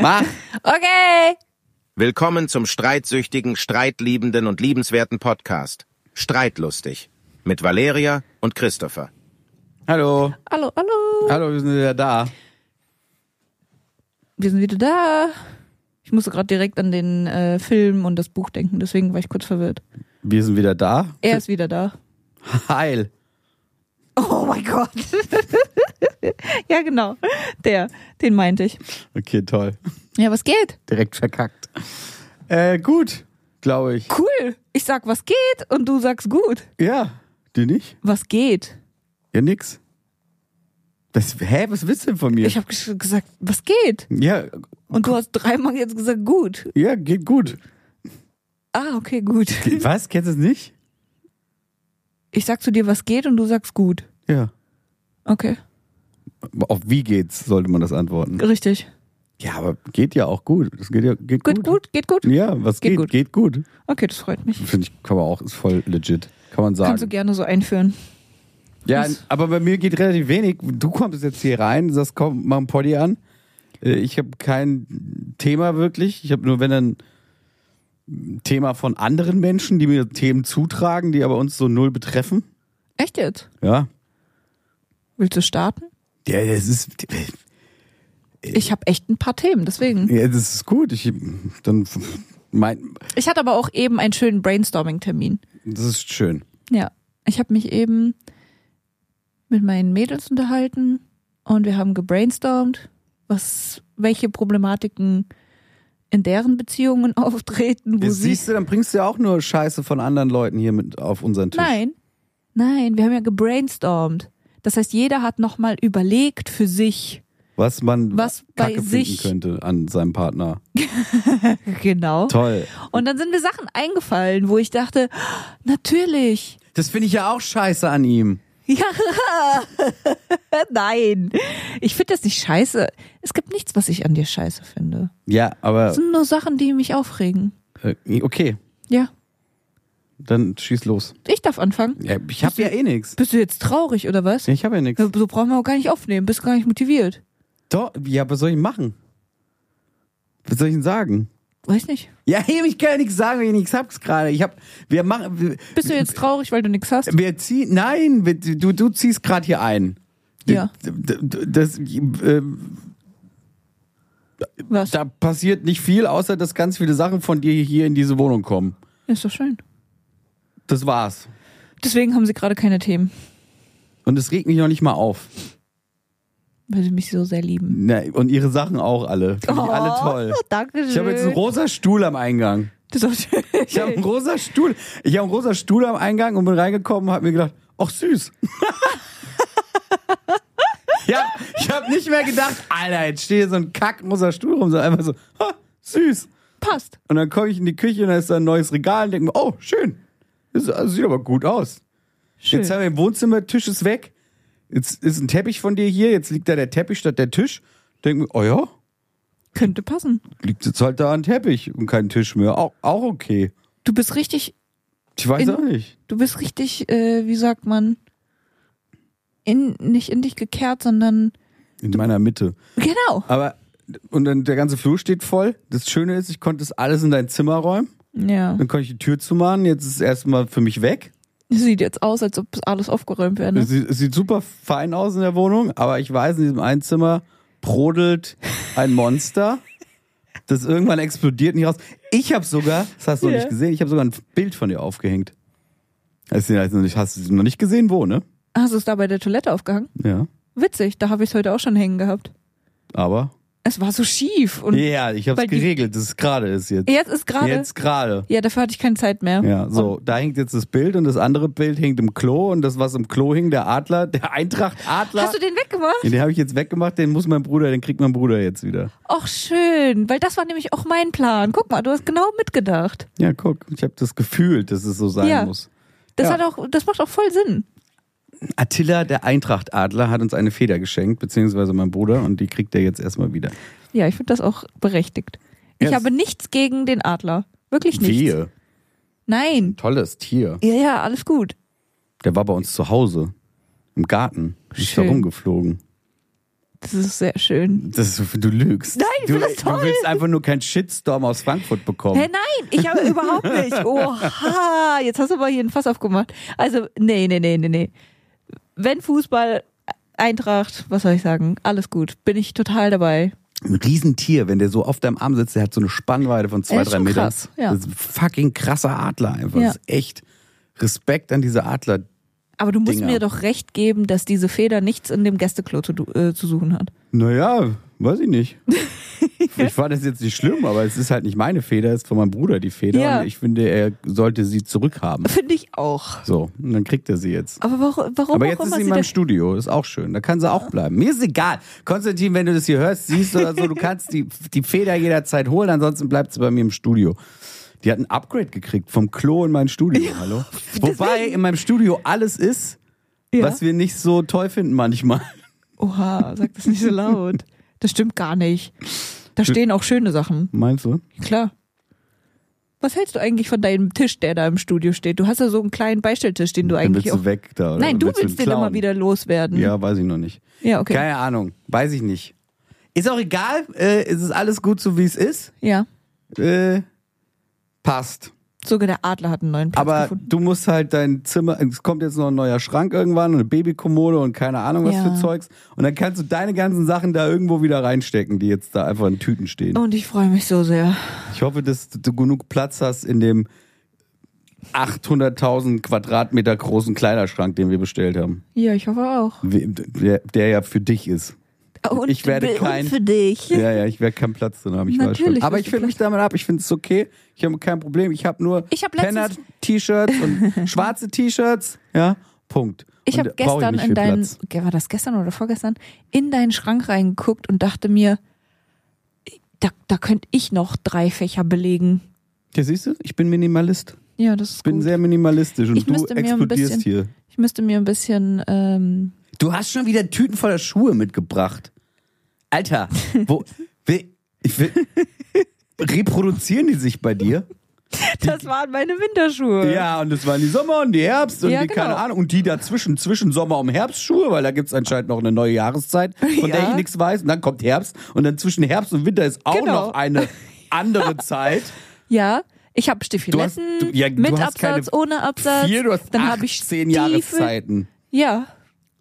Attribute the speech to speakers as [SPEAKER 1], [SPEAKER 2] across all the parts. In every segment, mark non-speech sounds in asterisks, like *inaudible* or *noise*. [SPEAKER 1] Mach!
[SPEAKER 2] Okay.
[SPEAKER 3] Willkommen zum streitsüchtigen, streitliebenden und liebenswerten Podcast. Streitlustig. Mit Valeria und Christopher.
[SPEAKER 1] Hallo.
[SPEAKER 2] Hallo, hallo.
[SPEAKER 1] Hallo, wir sind wieder da.
[SPEAKER 2] Wir sind wieder da. Ich musste gerade direkt an den äh, Film und das Buch denken, deswegen war ich kurz verwirrt.
[SPEAKER 1] Wir sind wieder da.
[SPEAKER 2] Er ist wieder da.
[SPEAKER 1] Heil.
[SPEAKER 2] Oh mein Gott. *laughs* ja, genau. Der, den meinte ich.
[SPEAKER 1] Okay, toll.
[SPEAKER 2] Ja, was geht?
[SPEAKER 1] Direkt verkackt. Äh, gut, glaube ich.
[SPEAKER 2] Cool. Ich sag, was geht und du sagst gut.
[SPEAKER 1] Ja, du nicht?
[SPEAKER 2] Was geht?
[SPEAKER 1] Ja, nix. Das, hä, was willst du denn von mir?
[SPEAKER 2] Ich habe gesagt, was geht?
[SPEAKER 1] ja,
[SPEAKER 2] Und du hast dreimal jetzt gesagt, gut.
[SPEAKER 1] ja, geht gut.
[SPEAKER 2] Ah, okay, gut.
[SPEAKER 1] Was, kennst du es nicht?
[SPEAKER 2] Ich sag zu dir, was geht und du sagst gut.
[SPEAKER 1] Ja.
[SPEAKER 2] Okay,
[SPEAKER 1] Auf wie geht's, sollte man das antworten.
[SPEAKER 2] richtig.
[SPEAKER 1] Ja, aber geht ja auch gut. Das geht ja geht
[SPEAKER 2] Gut, gut, geht gut.
[SPEAKER 1] Ja, was
[SPEAKER 2] Geht
[SPEAKER 1] geht,
[SPEAKER 2] gut.
[SPEAKER 1] geht gut.
[SPEAKER 2] Okay, das freut mich.
[SPEAKER 1] Finde ich, kann man auch, ist voll legit. Kann man
[SPEAKER 2] Kannst du
[SPEAKER 1] sagen.
[SPEAKER 2] gerne so einführen.
[SPEAKER 1] Ja, aber bei mir geht relativ wenig. Du kommst jetzt hier rein, sagst, komm, mach ein Poddy an. Äh, Ich habe kein Thema wirklich. Ich habe nur, wenn dann ein Thema von anderen Menschen, die mir Themen zutragen, die aber uns so null betreffen.
[SPEAKER 2] Echt jetzt?
[SPEAKER 1] Ja.
[SPEAKER 2] Willst du starten?
[SPEAKER 1] Ja, das ist,
[SPEAKER 2] Ich habe echt ein paar Themen, deswegen.
[SPEAKER 1] ja, das ist gut. Ich, dann, mein,
[SPEAKER 2] Ich hatte aber auch eben einen schönen Brainstorming-Termin.
[SPEAKER 1] das ist schön.
[SPEAKER 2] Ja, ich habe mich eben mit meinen Mädels unterhalten und wir haben gebrainstormt, was, welche Problematiken in deren Beziehungen *laughs* auftreten, wo
[SPEAKER 1] Das
[SPEAKER 2] sie
[SPEAKER 1] siehst du, dann bringst du ja auch nur Scheiße von anderen Leuten hier mit auf unseren Tisch.
[SPEAKER 2] Nein, nein, wir haben ja gebrainstormt. Das heißt, jeder hat nochmal überlegt für sich.
[SPEAKER 1] Was man
[SPEAKER 2] Was bei
[SPEAKER 1] Kacke
[SPEAKER 2] sich-
[SPEAKER 1] finden könnte an seinem Partner.
[SPEAKER 2] Genau.
[SPEAKER 1] Toll.
[SPEAKER 2] Und dann sind mir Sachen eingefallen, wo ich dachte, *gasps* natürlich.
[SPEAKER 1] Das finde ich ja auch scheiße an ihm.
[SPEAKER 2] Ja, *laughs* nein. Ich finde das nicht scheiße. Es gibt nichts, was ich an dir scheiße finde.
[SPEAKER 1] Ja,
[SPEAKER 2] Es
[SPEAKER 1] aber
[SPEAKER 2] sind nur Sachen, die mich aufregen.
[SPEAKER 1] äh, okay,
[SPEAKER 2] Ja,
[SPEAKER 1] dann schieß los.
[SPEAKER 2] ich darf anfangen.
[SPEAKER 1] Ja, ich habe ja eh nix.
[SPEAKER 2] Bist du jetzt traurig oder was?
[SPEAKER 1] Ja, Ich habe ja nix.
[SPEAKER 2] So brauchen wir auch gar nicht aufnehmen. Bist gar nicht motiviert.
[SPEAKER 1] Doch, ja, was soll ich machen? Was soll ich denn sagen?
[SPEAKER 2] Weiß nicht.
[SPEAKER 1] Ja, eben, ich kann ja nichts sagen, wenn ich nichts hab's gerade. Ich hab, wir machen, wir,
[SPEAKER 2] Bist du jetzt traurig, weil du nichts hast?
[SPEAKER 1] wir ziehen, nein, wir, du, du ziehst gerade hier ein.
[SPEAKER 2] Ja.
[SPEAKER 1] D- d- Das, äh,
[SPEAKER 2] Was?
[SPEAKER 1] da passiert nicht viel, außer dass ganz viele Sachen von dir hier in diese Wohnung kommen.
[SPEAKER 2] Ist doch schön.
[SPEAKER 1] Das war's.
[SPEAKER 2] Deswegen haben sie gerade keine Themen.
[SPEAKER 1] Und es regt mich noch nicht mal auf.
[SPEAKER 2] Weil sie mich so sehr lieben. Oh,
[SPEAKER 1] Na, und ihre Sachen auch alle. Finde ich alle toll.
[SPEAKER 2] Danke schön.
[SPEAKER 1] Ich habe jetzt einen rosa Stuhl am Eingang.
[SPEAKER 2] Das ist auch schön.
[SPEAKER 1] Ich habe einen rosa Stuhl. Ich habe einen rosa Stuhl am Eingang und bin reingekommen und habe mir gedacht, ach süß. *laughs* ja, ich habe nicht mehr gedacht, Alter, jetzt steht hier so ein kack rosa Stuhl rum, sondern einfach so, ha, süß.
[SPEAKER 2] Passt.
[SPEAKER 1] Und dann komme ich in die Küche und da ist da ein neues Regal und denke mir, oh, schön. Das das sieht aber gut aus.
[SPEAKER 2] Schön.
[SPEAKER 1] Jetzt haben wir den Wohnzimmertisch ist weg. Jetzt ist ein Teppich von dir hier. Jetzt liegt da der Teppich statt der Tisch. Denke mir, oh ja,
[SPEAKER 2] Könnte passen.
[SPEAKER 1] liegt jetzt halt da ein Teppich und kein Tisch mehr. Auch, auch okay.
[SPEAKER 2] Du bist richtig,
[SPEAKER 1] Ich weiß
[SPEAKER 2] In-
[SPEAKER 1] auch nicht.
[SPEAKER 2] du bist richtig, äh, wie sagt man, in, nicht in dich gekehrt, sondern
[SPEAKER 1] In meiner Mitte.
[SPEAKER 2] genau.
[SPEAKER 1] Aber, und dann der ganze Flur steht voll. Das Schöne ist, ich konnte das alles in dein Zimmer räumen.
[SPEAKER 2] Ja.
[SPEAKER 1] Dann konnte ich die Tür zumachen. Jetzt ist es erstmal für mich weg.
[SPEAKER 2] Sieht jetzt aus, als ob alles aufgeräumt wäre. Ne?
[SPEAKER 1] Es sieht, es sieht super fein aus in der Wohnung, aber ich weiß, in diesem einen Zimmer brodelt ein
[SPEAKER 2] *laughs*
[SPEAKER 1] Monster, das irgendwann explodiert und hier raus. Ich habe sogar, das hast du
[SPEAKER 2] Ja.
[SPEAKER 1] noch nicht gesehen, ich habe sogar ein Bild von dir aufgehängt. Hast du also nicht- hast du noch nicht gesehen, wo, ne?
[SPEAKER 2] Hast du es da bei der Toilette aufgehangen?
[SPEAKER 1] Ja.
[SPEAKER 2] Witzig, da habe ich es heute auch schon hängen gehabt.
[SPEAKER 1] Aber.
[SPEAKER 2] Es war so schief und
[SPEAKER 1] Ja, ich habe
[SPEAKER 2] weil
[SPEAKER 1] es
[SPEAKER 2] die-
[SPEAKER 1] geregelt, dass es gerade ist jetzt.
[SPEAKER 2] jetzt ist gerade.
[SPEAKER 1] Jetzt gerade.
[SPEAKER 2] Ja, dafür hatte ich keine Zeit mehr.
[SPEAKER 1] Ja, so, da hängt jetzt das Bild und das andere Bild hängt im Klo und das, was im Klo hing, der Adler, der Eintracht-Adler.
[SPEAKER 2] Hast du den weggemacht?
[SPEAKER 1] den habe ich jetzt weggemacht, den muss mein Bruder, den kriegt mein Bruder jetzt wieder.
[SPEAKER 2] Och, schön, weil das war nämlich auch mein Plan. Guck mal, du hast genau mitgedacht.
[SPEAKER 1] Ja, guck, ich habe das Gefühl, dass es so sein
[SPEAKER 2] Ja.
[SPEAKER 1] muss.
[SPEAKER 2] Das,
[SPEAKER 1] Ja.
[SPEAKER 2] hat auch, das macht auch voll Sinn.
[SPEAKER 1] Attila, der Eintracht-Adler, hat uns eine Feder geschenkt, beziehungsweise mein Bruder, und die kriegt er jetzt erstmal wieder.
[SPEAKER 2] Ja, ich finde das auch berechtigt. Ich
[SPEAKER 1] Yes.
[SPEAKER 2] habe nichts gegen den Adler. Wirklich nichts.
[SPEAKER 1] Wehe.
[SPEAKER 2] Nein.
[SPEAKER 1] Tolles Tier.
[SPEAKER 2] Ja, ja, alles gut.
[SPEAKER 1] Der war bei uns zu Hause, im Garten, ist da
[SPEAKER 2] Schön.
[SPEAKER 1] rumgeflogen.
[SPEAKER 2] Das ist sehr schön.
[SPEAKER 1] Das ist, so, du lügst.
[SPEAKER 2] Nein, ich
[SPEAKER 1] du,
[SPEAKER 2] find das toll.
[SPEAKER 1] du willst einfach nur keinen Shitstorm aus Frankfurt bekommen.
[SPEAKER 2] Hä, nein, ich habe
[SPEAKER 1] *laughs*
[SPEAKER 2] überhaupt nicht. Oha, jetzt hast du aber hier ein Fass aufgemacht. Also, nee, nee, nee, nee, nee. Wenn Fußball, Eintracht, was soll ich sagen, alles gut. Bin ich total dabei.
[SPEAKER 1] Ein Riesentier, wenn der so auf deinem Arm sitzt, der hat so eine Spannweite von
[SPEAKER 2] Ja,
[SPEAKER 1] zwei,
[SPEAKER 2] ist
[SPEAKER 1] drei
[SPEAKER 2] schon
[SPEAKER 1] Metern.
[SPEAKER 2] krass, ja.
[SPEAKER 1] Das ist ein fucking krasser Adler einfach.
[SPEAKER 2] Ja.
[SPEAKER 1] Das ist echt Respekt an diese Adler.
[SPEAKER 2] Aber du musst
[SPEAKER 1] Dinger.
[SPEAKER 2] mir doch recht geben, dass diese Feder nichts in dem Gästeklo zu, du- äh, zu suchen hat.
[SPEAKER 1] Naja, weiß ich
[SPEAKER 2] *laughs*
[SPEAKER 1] nicht. ich fand das jetzt nicht schlimm, aber es ist halt nicht meine Feder, es ist von meinem Bruder die Feder.
[SPEAKER 2] Ja.
[SPEAKER 1] Und ich finde, er sollte sie zurückhaben.
[SPEAKER 2] Finde ich auch.
[SPEAKER 1] So, und dann kriegt er sie jetzt.
[SPEAKER 2] Aber warum, warum
[SPEAKER 1] Aber
[SPEAKER 2] auch
[SPEAKER 1] jetzt ist
[SPEAKER 2] immer
[SPEAKER 1] sie in
[SPEAKER 2] sie
[SPEAKER 1] meinem
[SPEAKER 2] das-
[SPEAKER 1] Studio, ist auch schön. Da kann sie auch bleiben. Mir ist egal. Konstantin, wenn du das hier hörst, siehst oder so, du kannst die, die Feder jederzeit holen, ansonsten bleibt sie bei mir im Studio. Die hat ein Upgrade gekriegt vom Klo in mein Studio,
[SPEAKER 2] *laughs*
[SPEAKER 1] hallo? Wobei in meinem Studio alles ist,
[SPEAKER 2] Ja.
[SPEAKER 1] was wir nicht so toll finden
[SPEAKER 2] *laughs*
[SPEAKER 1] manchmal.
[SPEAKER 2] Oha, sag das nicht so laut. Das stimmt gar nicht.
[SPEAKER 1] Hm.
[SPEAKER 2] Da stehen auch schöne Sachen.
[SPEAKER 1] Meinst du?
[SPEAKER 2] Klar. Was hältst du eigentlich von deinem Tisch, der da im Studio steht? Du hast ja so einen kleinen Beistelltisch, den du
[SPEAKER 1] Dann willst
[SPEAKER 2] eigentlich auch.
[SPEAKER 1] du weg da. Oder
[SPEAKER 2] Nein, du willst,
[SPEAKER 1] ihn
[SPEAKER 2] den immer
[SPEAKER 1] klauen?
[SPEAKER 2] wieder loswerden.
[SPEAKER 1] Ja, weiß ich noch nicht.
[SPEAKER 2] Ja, okay.
[SPEAKER 1] Keine Ahnung, weiß ich nicht. Ist auch egal, äh, es ist alles gut so, wie es ist.
[SPEAKER 2] Ja.
[SPEAKER 1] Äh, passt.
[SPEAKER 2] Sogar der Adler hat einen neuen Platz
[SPEAKER 1] Aber
[SPEAKER 2] gefunden.
[SPEAKER 1] du musst halt dein Zimmer, es kommt jetzt noch ein neuer Schrank irgendwann und eine Babykommode und keine Ahnung was
[SPEAKER 2] Ja.
[SPEAKER 1] für Zeugs. Und dann kannst du deine ganzen Sachen da irgendwo wieder reinstecken, die jetzt da einfach in Tüten stehen.
[SPEAKER 2] Und ich freue mich so sehr.
[SPEAKER 1] Ich hoffe, dass du genug Platz hast in dem 800.000 Quadratmeter großen Kleiderschrank, den wir bestellt haben.
[SPEAKER 2] Ja, ich hoffe auch.
[SPEAKER 1] We- Der, der ja für dich ist.
[SPEAKER 2] Oh, Und
[SPEAKER 1] Ich werde
[SPEAKER 2] und
[SPEAKER 1] kein-
[SPEAKER 2] für dich.
[SPEAKER 1] Ja, ja, ich werde keinen Platz drin haben, ich weiß
[SPEAKER 2] Natürlich
[SPEAKER 1] schon. Aber
[SPEAKER 2] wirst
[SPEAKER 1] ich
[SPEAKER 2] du
[SPEAKER 1] finde mich damit ab, ich finde es okay. Ich habe kein Problem. Ich habe nur
[SPEAKER 2] Ich hab letztens-
[SPEAKER 1] Pennert-T-Shirts
[SPEAKER 2] *laughs*
[SPEAKER 1] und schwarze T-Shirts. Ja, Punkt.
[SPEAKER 2] Ich
[SPEAKER 1] Und
[SPEAKER 2] habe
[SPEAKER 1] brauche
[SPEAKER 2] gestern
[SPEAKER 1] nicht
[SPEAKER 2] in
[SPEAKER 1] viel
[SPEAKER 2] deinen,
[SPEAKER 1] Platz.
[SPEAKER 2] Ge- war das gestern oder vorgestern, in deinen Schrank reingeguckt und dachte mir, da, da könnte ich noch drei Fächer belegen.
[SPEAKER 1] Ja, siehst du, ich bin Minimalist.
[SPEAKER 2] Ja, das ist
[SPEAKER 1] Ich bin
[SPEAKER 2] gut.
[SPEAKER 1] sehr minimalistisch und
[SPEAKER 2] Ich
[SPEAKER 1] du
[SPEAKER 2] müsste mir ein
[SPEAKER 1] explodierst
[SPEAKER 2] bisschen-
[SPEAKER 1] hier.
[SPEAKER 2] ich müsste mir ein bisschen, ähm,
[SPEAKER 1] Du hast schon wieder Tüten voller Schuhe mitgebracht. Alter, wo.
[SPEAKER 2] *laughs*
[SPEAKER 1] Will, ich will, reproduzieren die sich bei dir?
[SPEAKER 2] das waren meine Winterschuhe.
[SPEAKER 1] Ja, und das waren die Sommer und die Herbst und
[SPEAKER 2] ne? Ja,
[SPEAKER 1] die, keine
[SPEAKER 2] genau.
[SPEAKER 1] Ahnung. Und die dazwischen, zwischen Sommer und Herbstschuhe, weil da gibt's anscheinend noch eine neue Jahreszeit, von der
[SPEAKER 2] Ja.
[SPEAKER 1] ich nichts weiß. Und dann kommt Herbst und dann zwischen Herbst und Winter ist auch
[SPEAKER 2] Genau.
[SPEAKER 1] noch
[SPEAKER 2] *laughs*
[SPEAKER 1] eine andere Zeit.
[SPEAKER 2] Ja, ich habe Stiefeletten
[SPEAKER 1] Du hast- du- ja, du
[SPEAKER 2] mit
[SPEAKER 1] hast keine
[SPEAKER 2] Absatz, ohne Absatz.
[SPEAKER 1] Vier, du hast
[SPEAKER 2] Dann
[SPEAKER 1] acht,
[SPEAKER 2] habe ich
[SPEAKER 1] zehn
[SPEAKER 2] Stiefel.
[SPEAKER 1] Jahreszeiten.
[SPEAKER 2] Ja,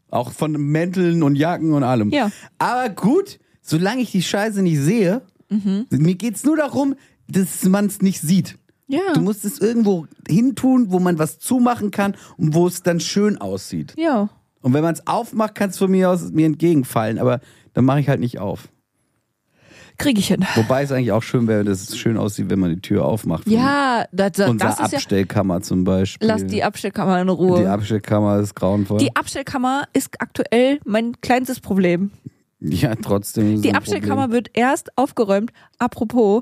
[SPEAKER 1] Auch von Mänteln und Jacken und allem.
[SPEAKER 2] Ja.
[SPEAKER 1] Aber gut, solange ich die Scheiße nicht sehe,
[SPEAKER 2] Mhm.
[SPEAKER 1] mir geht's nur darum, dass man's nicht sieht.
[SPEAKER 2] ja,
[SPEAKER 1] Du musst es irgendwo hintun, wo man was zumachen kann und wo es dann schön aussieht.
[SPEAKER 2] ja.
[SPEAKER 1] Und wenn man es aufmacht, kann es von mir aus mir entgegenfallen, aber dann mache ich halt nicht auf.
[SPEAKER 2] Krieg ich hin.
[SPEAKER 1] Wobei es eigentlich auch schön wäre, dass es schön aussieht, wenn man die Tür aufmacht. von
[SPEAKER 2] Ja, das, das
[SPEAKER 1] Unserer
[SPEAKER 2] ist ja.
[SPEAKER 1] Abstellkammer zum Beispiel.
[SPEAKER 2] Lass die Abstellkammer in Ruhe.
[SPEAKER 1] Die Abstellkammer ist grauenvoll.
[SPEAKER 2] Die Abstellkammer ist aktuell mein kleinstes Problem.
[SPEAKER 1] *laughs* ja, trotzdem. Ist
[SPEAKER 2] Die
[SPEAKER 1] ein
[SPEAKER 2] Abstellkammer wird erst aufgeräumt. Apropos,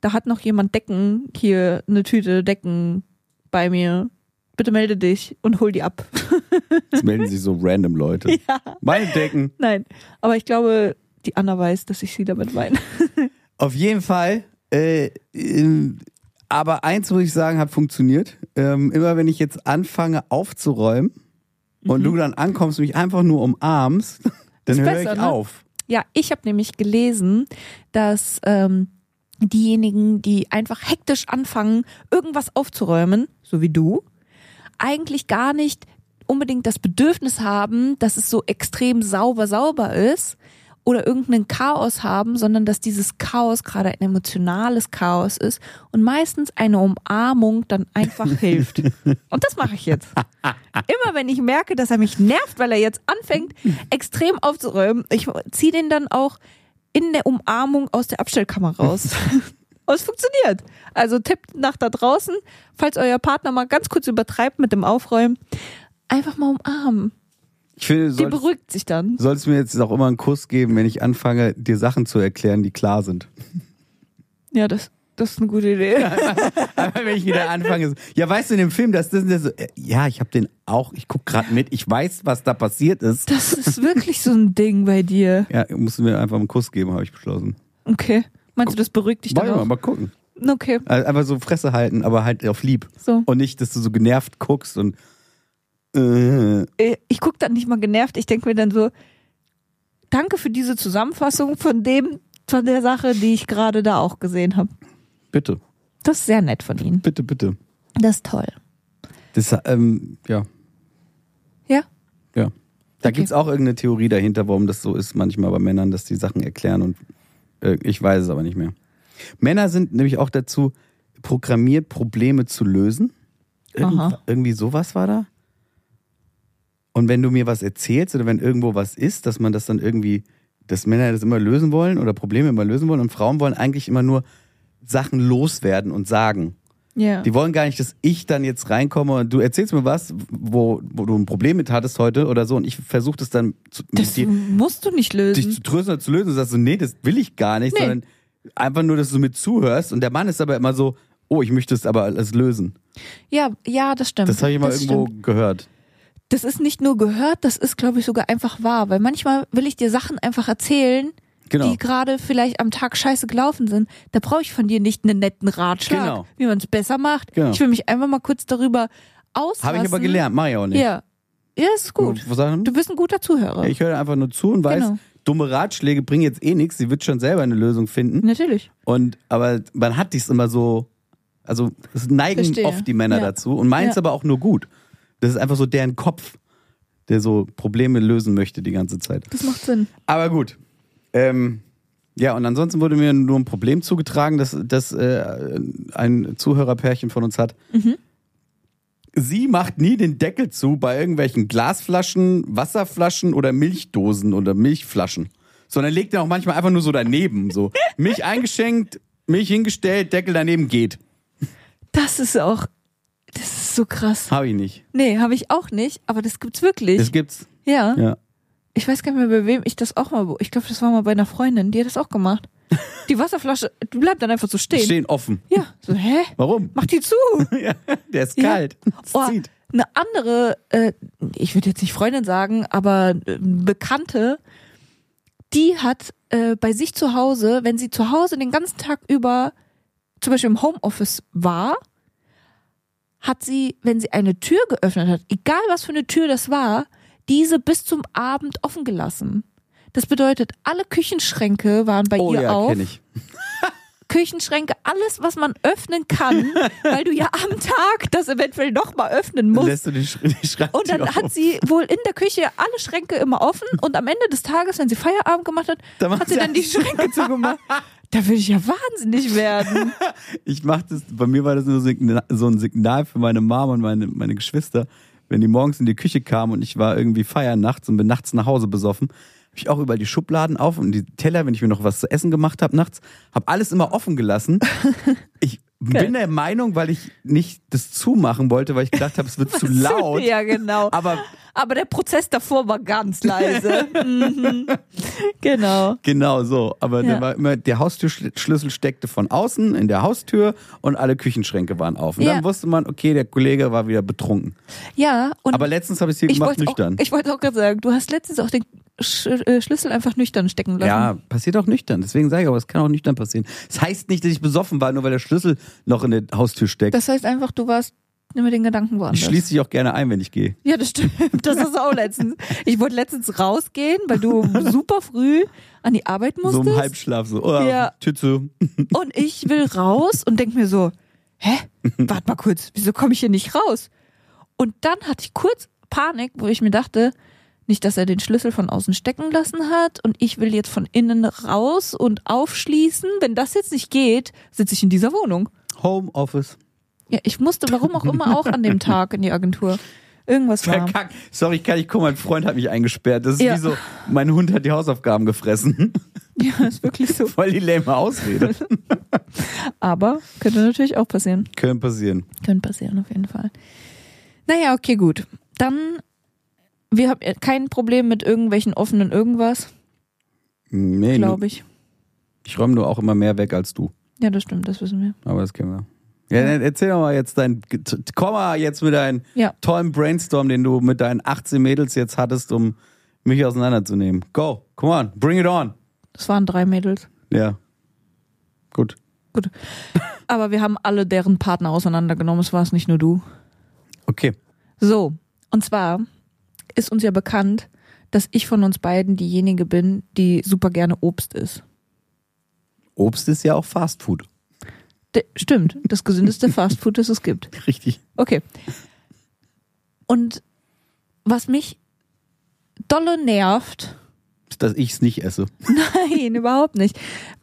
[SPEAKER 2] da hat noch jemand Decken, hier eine Tüte Decken bei mir. Bitte melde dich und hol die ab. *laughs*
[SPEAKER 1] Problem. Jetzt melden sich so random Leute. Meine Decken.
[SPEAKER 2] Nein, aber ich glaube, die Anna weiß, dass ich sie damit meine.
[SPEAKER 1] Auf jeden Fall. Äh, ähm, aber eins muss ich sagen, hat funktioniert. Ähm, immer wenn ich jetzt anfange aufzuräumen und du dann ankommst und mich einfach nur umarmst, *laughs* dann
[SPEAKER 2] Mhm. Ist
[SPEAKER 1] höre ich
[SPEAKER 2] besser, ne?
[SPEAKER 1] auf.
[SPEAKER 2] Ja, ich habe nämlich gelesen, dass ähm, diejenigen, die einfach hektisch anfangen, irgendwas aufzuräumen, so wie du, eigentlich gar nicht unbedingt das Bedürfnis haben, dass es so extrem sauber sauber ist oder irgendeinen Chaos haben, sondern dass dieses Chaos gerade ein emotionales Chaos ist und meistens eine Umarmung dann einfach hilft. Und das mache ich jetzt. Immer wenn ich merke, dass er mich nervt, weil er jetzt anfängt, extrem aufzuräumen, ich ziehe den dann auch in der Umarmung aus der Abstellkammer *laughs* raus. Und es funktioniert. Also Tipp nach da draußen, falls euer Partner mal ganz kurz übertreibt mit dem Aufräumen, einfach mal umarmen.
[SPEAKER 1] Ich finde, du
[SPEAKER 2] Die
[SPEAKER 1] solltest-
[SPEAKER 2] beruhigt sich dann.
[SPEAKER 1] Du sollst mir jetzt auch immer einen Kuss geben, wenn ich anfange, dir Sachen zu erklären, die klar *laughs* sind.
[SPEAKER 2] Ja, das, das ist eine gute Idee.
[SPEAKER 1] Aber wenn ich wieder anfange, so, ja, weißt du in dem Film, das das und das so, äh, ja, ich habe den auch, ich guck gerade mit, ich weiß, was da passiert ist.
[SPEAKER 2] *laughs* Das ist wirklich so ein Ding bei dir.
[SPEAKER 1] Ja, musst du mir einfach einen Kuss geben, habe ich beschlossen.
[SPEAKER 2] Okay. Meinst du, das beruhigt dich
[SPEAKER 1] Wollen wir
[SPEAKER 2] dann
[SPEAKER 1] mal gucken.
[SPEAKER 2] auch? Okay.
[SPEAKER 1] Also einfach so Fresse halten, aber halt auf lieb.
[SPEAKER 2] So.
[SPEAKER 1] Und nicht, dass du so genervt guckst und äh,
[SPEAKER 2] Äh, Ich guck dann nicht mal genervt. Ich denke mir dann so, danke für diese Zusammenfassung von dem, von der Sache, die ich gerade da auch gesehen habe.
[SPEAKER 1] Bitte,
[SPEAKER 2] Das ist sehr nett von Ihnen.
[SPEAKER 1] bitte, bitte.
[SPEAKER 2] Das ist toll.
[SPEAKER 1] Das, ähm, ja,
[SPEAKER 2] Ja?
[SPEAKER 1] ja. Da
[SPEAKER 2] Okay.
[SPEAKER 1] gibt's auch irgendeine Theorie dahinter, warum das so ist manchmal bei Männern, dass die Sachen erklären und äh, ich weiß es aber nicht mehr. Männer sind nämlich auch dazu programmiert, Probleme zu lösen. Irgend,
[SPEAKER 2] Aha.
[SPEAKER 1] Irgendwie sowas war da. Und wenn du mir was erzählst oder wenn irgendwo was ist, dass man das dann irgendwie, dass Männer das immer lösen wollen oder Probleme immer lösen wollen und Frauen wollen eigentlich immer nur Sachen loswerden und sagen.
[SPEAKER 2] Ja.
[SPEAKER 1] Die wollen gar nicht, dass ich dann jetzt reinkomme und du erzählst mir was, wo, wo du ein Problem mit hattest heute oder so und ich versuche das dann zu,
[SPEAKER 2] Das
[SPEAKER 1] dir,
[SPEAKER 2] musst du nicht lösen.
[SPEAKER 1] dich zu trösten oder zu lösen und sagst so, nee, das will ich gar nicht,
[SPEAKER 2] Nee.
[SPEAKER 1] sondern einfach nur, dass du mit zuhörst und der Mann ist aber immer so, oh, ich möchte es aber alles lösen.
[SPEAKER 2] ja, ja, Ähm, das stimmt.
[SPEAKER 1] Das habe ich mal irgendwo
[SPEAKER 2] Stimmt.
[SPEAKER 1] gehört.
[SPEAKER 2] Das ist nicht nur gehört, das ist, glaube ich, sogar einfach wahr. Weil manchmal will ich dir Sachen einfach erzählen,
[SPEAKER 1] Genau.
[SPEAKER 2] die gerade vielleicht am Tag scheiße gelaufen sind. Da brauche ich von dir nicht einen netten Ratschlag,
[SPEAKER 1] Genau.
[SPEAKER 2] wie man es besser macht.
[SPEAKER 1] Genau.
[SPEAKER 2] Ich will mich einfach mal kurz darüber auslassen.
[SPEAKER 1] Habe ich aber gelernt, mach ich auch nicht.
[SPEAKER 2] Ja. Ja, ist gut.
[SPEAKER 1] Was sagen?
[SPEAKER 2] Du bist ein guter Zuhörer.
[SPEAKER 1] Ich höre einfach nur zu und weiß,
[SPEAKER 2] Genau.
[SPEAKER 1] dumme Ratschläge bringen jetzt eh nichts, sie wird schon selber eine Lösung finden.
[SPEAKER 2] Natürlich.
[SPEAKER 1] Und aber man hat dies immer so, also es neigen
[SPEAKER 2] Verstehe.
[SPEAKER 1] oft die Männer
[SPEAKER 2] Ja.
[SPEAKER 1] dazu und meins
[SPEAKER 2] Ja.
[SPEAKER 1] aber auch nur gut. Das ist einfach so deren Kopf, der so Probleme lösen möchte die ganze Zeit.
[SPEAKER 2] Das macht Sinn.
[SPEAKER 1] Aber gut. Ähm, ja, und ansonsten wurde mir nur ein Problem zugetragen, das, das äh, ein Zuhörerpärchen von uns hat.
[SPEAKER 2] Mhm.
[SPEAKER 1] Sie macht nie den Deckel zu bei irgendwelchen Glasflaschen, Wasserflaschen oder Milchdosen oder Milchflaschen, sondern legt den auch manchmal einfach nur so daneben.
[SPEAKER 2] *laughs*
[SPEAKER 1] So Milch eingeschenkt, Milch hingestellt, Deckel daneben geht.
[SPEAKER 2] Das ist auch. Das ist so krass.
[SPEAKER 1] Hab ich nicht.
[SPEAKER 2] Nee, habe ich auch nicht, aber das gibt's wirklich.
[SPEAKER 1] Das gibt's.
[SPEAKER 2] ja.
[SPEAKER 1] Ja.
[SPEAKER 2] Ich weiß gar nicht mehr, bei wem ich das auch mal. Ich glaube, das war mal bei einer Freundin, die hat das auch *laughs* gemacht. Die Wasserflasche, die bleibt dann einfach so stehen.
[SPEAKER 1] Stehen offen.
[SPEAKER 2] Ja, so, hä?
[SPEAKER 1] Warum? *laughs*
[SPEAKER 2] Mach die zu.
[SPEAKER 1] ja, der ist
[SPEAKER 2] Ja.
[SPEAKER 1] kalt. Das
[SPEAKER 2] Oh,
[SPEAKER 1] zieht.
[SPEAKER 2] eine andere, äh, ich würde jetzt nicht Freundin sagen, aber äh, Bekannte, die hat äh, bei sich zu Hause, wenn sie zu Hause den ganzen Tag über zum Beispiel im Homeoffice war, hat sie, wenn sie eine Tür geöffnet hat, egal was für eine Tür das war, diese bis zum Abend offen gelassen. Das bedeutet, alle Küchenschränke waren bei
[SPEAKER 1] Oh
[SPEAKER 2] ihr
[SPEAKER 1] ja,
[SPEAKER 2] auf.
[SPEAKER 1] kenne ich.
[SPEAKER 2] Küchenschränke, alles, was man öffnen
[SPEAKER 1] *laughs*
[SPEAKER 2] kann, weil du ja am Tag das eventuell nochmal öffnen
[SPEAKER 1] Dann
[SPEAKER 2] musst.
[SPEAKER 1] lässt du den, Sch den Schrank
[SPEAKER 2] Und dann hat sie wohl in der Küche alle Schränke immer offen und am Ende des Tages, wenn sie Feierabend gemacht hat,
[SPEAKER 1] Da macht
[SPEAKER 2] hat sie
[SPEAKER 1] sie
[SPEAKER 2] dann
[SPEAKER 1] *laughs*
[SPEAKER 2] die
[SPEAKER 1] alles.
[SPEAKER 2] Schränke zugemacht. Da würde ich ja wahnsinnig werden.
[SPEAKER 1] Ich mach das, bei mir war das nur Signa- so ein Signal für meine Mom und meine, meine Geschwister. Wenn die morgens in die Küche kamen und ich war irgendwie feiern nachts und bin nachts nach Hause besoffen, habe ich auch überall die Schubladen auf und die Teller, wenn ich mir noch was zu essen gemacht habe nachts, habe alles immer offen
[SPEAKER 2] *laughs*
[SPEAKER 1] gelassen. Ich bin der Meinung, weil ich nicht das zumachen wollte, weil ich gedacht habe, es
[SPEAKER 2] *laughs*
[SPEAKER 1] wird *laughs* zu laut.
[SPEAKER 2] Ja, genau.
[SPEAKER 1] Aber
[SPEAKER 2] Aber der Prozess davor war
[SPEAKER 1] *laughs*
[SPEAKER 2] ganz leise. Mhm. Genau.
[SPEAKER 1] Genau so. Aber
[SPEAKER 2] Ja.
[SPEAKER 1] der, war immer, der Haustürschlüssel steckte von außen in der Haustür und alle Küchenschränke waren auf. Und
[SPEAKER 2] Ja.
[SPEAKER 1] dann wusste man, okay, der Kollege war wieder betrunken.
[SPEAKER 2] Ja, und
[SPEAKER 1] Aber letztens habe ich hier
[SPEAKER 2] ich
[SPEAKER 1] gemacht,
[SPEAKER 2] wollte auch,
[SPEAKER 1] nüchtern.
[SPEAKER 2] ich wollte auch gerade sagen, du hast letztens auch den Sch äh, Schlüssel einfach nüchtern stecken lassen.
[SPEAKER 1] ja, passiert auch nüchtern. Deswegen sage ich aber, es kann auch nüchtern passieren. Das heißt nicht, dass ich besoffen war, nur weil der Schlüssel noch in der Haustür steckt.
[SPEAKER 2] Das heißt einfach, du warst mit den Gedanken woanders.
[SPEAKER 1] ich schließe dich auch gerne ein, wenn ich gehe.
[SPEAKER 2] Ja, das stimmt. Das ist auch letztens. Ich wollte letztens rausgehen, weil du super früh an die Arbeit
[SPEAKER 1] So um
[SPEAKER 2] musstest.
[SPEAKER 1] im Halbschlaf, so, oh,
[SPEAKER 2] Ja.
[SPEAKER 1] Tür zu.
[SPEAKER 2] und ich will raus und denk mir so, hä? Warte mal kurz, wieso komme ich hier nicht raus? Und dann hatte ich kurz Panik, wo ich mir dachte, nicht, dass er den Schlüssel von außen stecken lassen hat und ich will jetzt von innen raus und aufschließen. Wenn das jetzt nicht geht, sitze ich in dieser Wohnung.
[SPEAKER 1] Homeoffice.
[SPEAKER 2] Ja, ich musste, warum auch immer, auch an dem Tag in die Agentur. Irgendwas war.
[SPEAKER 1] Verkackt. Sorry, ich kann nicht kommen, mein Freund hat mich eingesperrt. Das ist
[SPEAKER 2] Ja.
[SPEAKER 1] wie so, mein Hund hat die Hausaufgaben gefressen. *laughs*
[SPEAKER 2] Ja, ist wirklich so.
[SPEAKER 1] Voll die lame
[SPEAKER 2] *laughs*
[SPEAKER 1] Ausrede.
[SPEAKER 2] Aber könnte natürlich auch passieren.
[SPEAKER 1] Können passieren.
[SPEAKER 2] Könnte passieren, auf jeden Fall. Naja, okay, gut. Dann, wir haben äh, kein Problem mit irgendwelchen offenen irgendwas,
[SPEAKER 1] Nee, nur-
[SPEAKER 2] glaube ich.
[SPEAKER 1] Ich räume nur auch immer mehr weg als du,
[SPEAKER 2] Ja, das stimmt, das wissen wir.
[SPEAKER 1] aber das kennen wir. Ja, dann erzähl doch mal jetzt dein. Komm mal jetzt mit deinem
[SPEAKER 2] Ja.
[SPEAKER 1] tollen Brainstorm, den du mit deinen 18 Mädels jetzt hattest, um mich auseinanderzunehmen. Go, come on, bring it on.
[SPEAKER 2] Das waren drei Mädels.
[SPEAKER 1] Ja. Gut.
[SPEAKER 2] Gut. Aber wir haben alle deren Partner auseinandergenommen, es war es nicht nur du.
[SPEAKER 1] Okay.
[SPEAKER 2] So, und zwar ist uns ja bekannt, dass ich von uns beiden diejenige bin, die super gerne Obst isst.
[SPEAKER 1] Obst ist ja auch Fastfood.
[SPEAKER 2] D stimmt, das gesündeste Fastfood, das es gibt.
[SPEAKER 1] *laughs* Richtig.
[SPEAKER 2] Okay. Und was mich dolle nervt,
[SPEAKER 1] Dass ich es nicht esse.
[SPEAKER 2] *laughs* Nein, überhaupt nicht.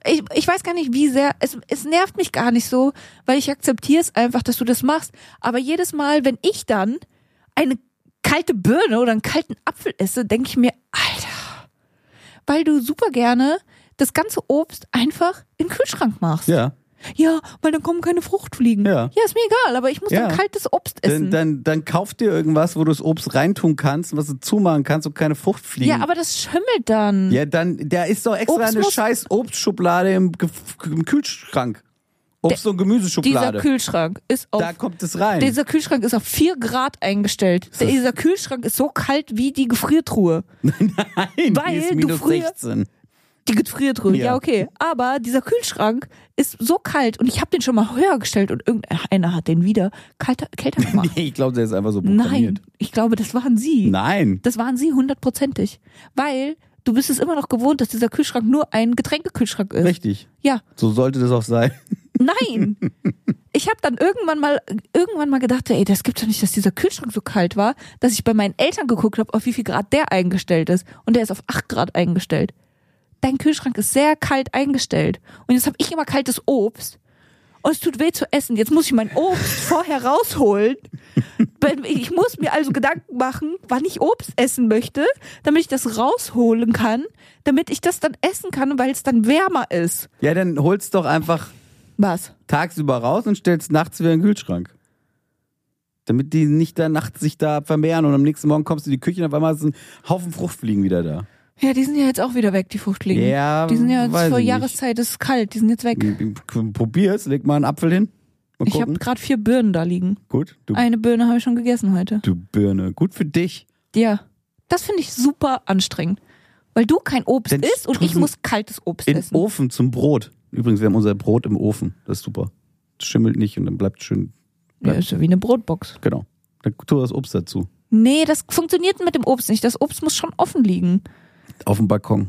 [SPEAKER 2] Ich, ich weiß gar nicht, wie sehr, es, es nervt mich gar nicht so, weil ich akzeptiere es einfach, dass du das machst. Aber jedes Mal, wenn ich dann eine kalte Birne oder einen kalten Apfel esse, denke ich mir, Alter, weil du super gerne das ganze Obst einfach in den Kühlschrank machst.
[SPEAKER 1] Ja.
[SPEAKER 2] Ja, weil dann kommen keine Fruchtfliegen.
[SPEAKER 1] Ja.
[SPEAKER 2] ja ist mir egal, aber ich muss
[SPEAKER 1] Ja.
[SPEAKER 2] dann kaltes Obst
[SPEAKER 1] Dann,
[SPEAKER 2] essen.
[SPEAKER 1] dann, dann kauf dir irgendwas, wo du das Obst reintun kannst, was du zumachen kannst und keine Frucht fliegen.
[SPEAKER 2] ja, aber das schimmelt dann.
[SPEAKER 1] Ja, dann, da ist doch extra
[SPEAKER 2] Obst
[SPEAKER 1] eine
[SPEAKER 2] muss-
[SPEAKER 1] scheiß Obstschublade im, Ge- im Kühlschrank. Obst- und
[SPEAKER 2] Dieser
[SPEAKER 1] Gemüseschublade.
[SPEAKER 2] Kühlschrank ist auf
[SPEAKER 1] Da kommt es rein.
[SPEAKER 2] Dieser Kühlschrank ist auf 4 Grad eingestellt. Dieser Kühlschrank ist so kalt wie die Gefriertruhe.
[SPEAKER 1] *laughs* Nein,
[SPEAKER 2] weil
[SPEAKER 1] die ist
[SPEAKER 2] du
[SPEAKER 1] minus
[SPEAKER 2] früher-
[SPEAKER 1] 16.
[SPEAKER 2] Die Gefriertruhe, ja.
[SPEAKER 1] Ja.
[SPEAKER 2] okay. Aber dieser Kühlschrank ist so kalt und ich habe den schon mal höher gestellt und irgendeiner hat den wieder kalter,
[SPEAKER 1] *laughs*
[SPEAKER 2] kälter gemacht.
[SPEAKER 1] *laughs* Nee, ich glaube, der ist einfach so
[SPEAKER 2] Nein,
[SPEAKER 1] programmiert.
[SPEAKER 2] ich glaube, das waren sie.
[SPEAKER 1] Nein.
[SPEAKER 2] Das waren sie hundertprozentig. Weil du bist es immer noch gewohnt, dass dieser Kühlschrank nur ein Getränkekühlschrank ist.
[SPEAKER 1] Richtig.
[SPEAKER 2] Ja,
[SPEAKER 1] So sollte das auch sein. *laughs*
[SPEAKER 2] Nein. Ich habe dann irgendwann mal irgendwann mal gedacht, ey, das gibt's doch nicht, dass dieser Kühlschrank so kalt war, dass ich bei meinen Eltern geguckt habe, auf wie viel Grad der eingestellt ist und der ist auf 8 Grad eingestellt. Dein Kühlschrank ist sehr kalt eingestellt und jetzt habe ich immer kaltes Obst und es tut weh zu essen. Jetzt muss ich mein Obst vorher rausholen. Wenn- Ich muss mir also Gedanken machen, wann ich Obst essen möchte, damit ich das rausholen kann, damit ich das dann essen kann, weil es dann wärmer ist.
[SPEAKER 1] Ja, dann holst doch einfach
[SPEAKER 2] Was?
[SPEAKER 1] tagsüber raus und stellst nachts wieder in den Kühlschrank. Damit die nicht da nachts sich da vermehren und am nächsten Morgen kommst du in die Küche und auf einmal ist ein Haufen Fruchtfliegen wieder da.
[SPEAKER 2] Ja, die sind ja jetzt auch wieder weg, die Fruchtfliegen.
[SPEAKER 1] Ja,
[SPEAKER 2] die sind ja jetzt
[SPEAKER 1] weiß
[SPEAKER 2] vor
[SPEAKER 1] ich nicht.
[SPEAKER 2] Jahreszeit, es ist kalt, die sind jetzt weg.
[SPEAKER 1] Probier's, leg mal einen Apfel hin. Mal
[SPEAKER 2] Ich habe
[SPEAKER 1] gucken.
[SPEAKER 2] gerade vier Birnen da liegen.
[SPEAKER 1] Gut, du,
[SPEAKER 2] Eine Birne habe ich schon gegessen heute.
[SPEAKER 1] du Birne. Gut für dich.
[SPEAKER 2] Ja, das finde ich super anstrengend, weil du kein Obst
[SPEAKER 1] Dann
[SPEAKER 2] isst und ich
[SPEAKER 1] tu's-
[SPEAKER 2] muss kaltes Obst
[SPEAKER 1] In
[SPEAKER 2] essen.
[SPEAKER 1] Ofen zum Brot. Übrigens, wir haben unser Brot im Ofen. Das ist super. Das schimmelt nicht und dann bleibt schön.
[SPEAKER 2] ja, ist ja wie eine Brotbox.
[SPEAKER 1] Genau. Dann tu das Obst dazu.
[SPEAKER 2] Nee, das funktioniert mit dem Obst nicht. Das Obst muss schon offen liegen.
[SPEAKER 1] Auf dem Balkon.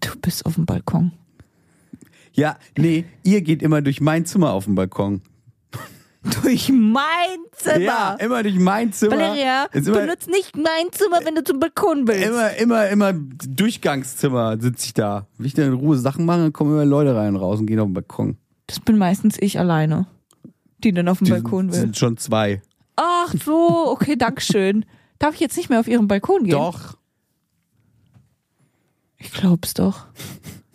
[SPEAKER 2] Du bist auf dem Balkon. *laughs*
[SPEAKER 1] Ja, nee, ihr geht immer durch mein Zimmer auf den Balkon.
[SPEAKER 2] Durch mein Zimmer.
[SPEAKER 1] Ja, immer durch mein Zimmer.
[SPEAKER 2] Valeria,
[SPEAKER 1] Ist immer,
[SPEAKER 2] benutzt nicht mein Zimmer, wenn du zum Balkon willst.
[SPEAKER 1] immer, immer, immer Durchgangszimmer sitze ich da. Will ich dann in Ruhe Sachen machen, dann kommen immer Leute rein und raus und gehen auf den Balkon.
[SPEAKER 2] Das bin meistens ich alleine, die dann auf dem
[SPEAKER 1] Die
[SPEAKER 2] Balkon
[SPEAKER 1] sind,
[SPEAKER 2] will.
[SPEAKER 1] sind schon zwei.
[SPEAKER 2] Ach so, okay, Dankeschön. Darf ich jetzt nicht mehr auf Ihren Balkon gehen?
[SPEAKER 1] Doch.
[SPEAKER 2] Ich glaub's doch.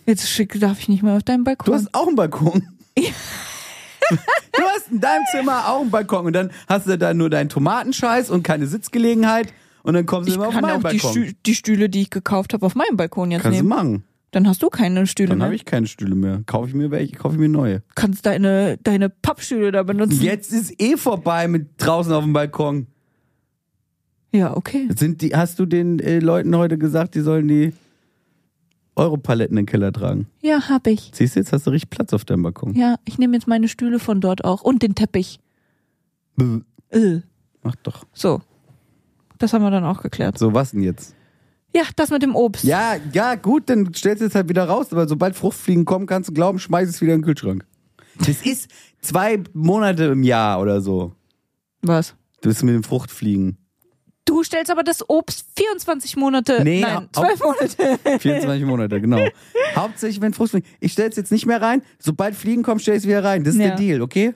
[SPEAKER 2] Jetzt schick, darf ich nicht mehr auf deinen
[SPEAKER 1] Du
[SPEAKER 2] Balkon.
[SPEAKER 1] hast auch einen Balkon. du hast in deinem Zimmer auch einen Balkon und dann hast du da nur deinen Tomatenscheiß und keine Sitzgelegenheit und dann kommst du
[SPEAKER 2] ich
[SPEAKER 1] immer auf
[SPEAKER 2] kann
[SPEAKER 1] meinen
[SPEAKER 2] auch die,
[SPEAKER 1] Balkon.
[SPEAKER 2] Stü die Stühle, die ich gekauft habe, auf meinem Balkon jetzt
[SPEAKER 1] Kannst du
[SPEAKER 2] nehmen. Mhm.
[SPEAKER 1] machen.
[SPEAKER 2] Dann hast du keine Stühle
[SPEAKER 1] Dann
[SPEAKER 2] mehr.
[SPEAKER 1] habe ich keine Stühle mehr. Kaufe ich mir welche, kaufe ich mir neue.
[SPEAKER 2] Kannst deine, deine Pappstühle da benutzen.
[SPEAKER 1] Jetzt ist eh vorbei mit draußen auf dem Balkon.
[SPEAKER 2] Ja, okay.
[SPEAKER 1] Sind die, hast du den äh, Leuten heute gesagt, die sollen die Europaletten in den Keller tragen?
[SPEAKER 2] Ja, hab ich.
[SPEAKER 1] Siehst du, jetzt hast du richtig Platz auf deinem Balkon.
[SPEAKER 2] Ja, ich nehme jetzt meine Stühle von dort auch und den Teppich.
[SPEAKER 1] Bäh.
[SPEAKER 2] Äh,
[SPEAKER 1] Mach doch.
[SPEAKER 2] so. Das haben wir dann auch geklärt.
[SPEAKER 1] So, was denn jetzt?
[SPEAKER 2] Ja, das mit dem Obst.
[SPEAKER 1] Ja, ja, gut, dann stellst du es halt wieder raus, aber sobald Fruchtfliegen kommen, kannst du glauben, schmeiß es wieder in den Kühlschrank. Das ist zwei Monate im Jahr oder so.
[SPEAKER 2] Was?
[SPEAKER 1] Das ist mit den Fruchtfliegen.
[SPEAKER 2] Du stellst aber das Obst 24 Monate,
[SPEAKER 1] Nee,
[SPEAKER 2] nein,
[SPEAKER 1] hau-
[SPEAKER 2] 12 Monate.
[SPEAKER 1] 24 Monate, *laughs* genau. Hauptsächlich, wenn Fruchtfliegen. Ich stell es jetzt nicht mehr rein. Sobald Fliegen kommen, stell ich es wieder rein. Das ist
[SPEAKER 2] Ja.
[SPEAKER 1] der Deal, okay?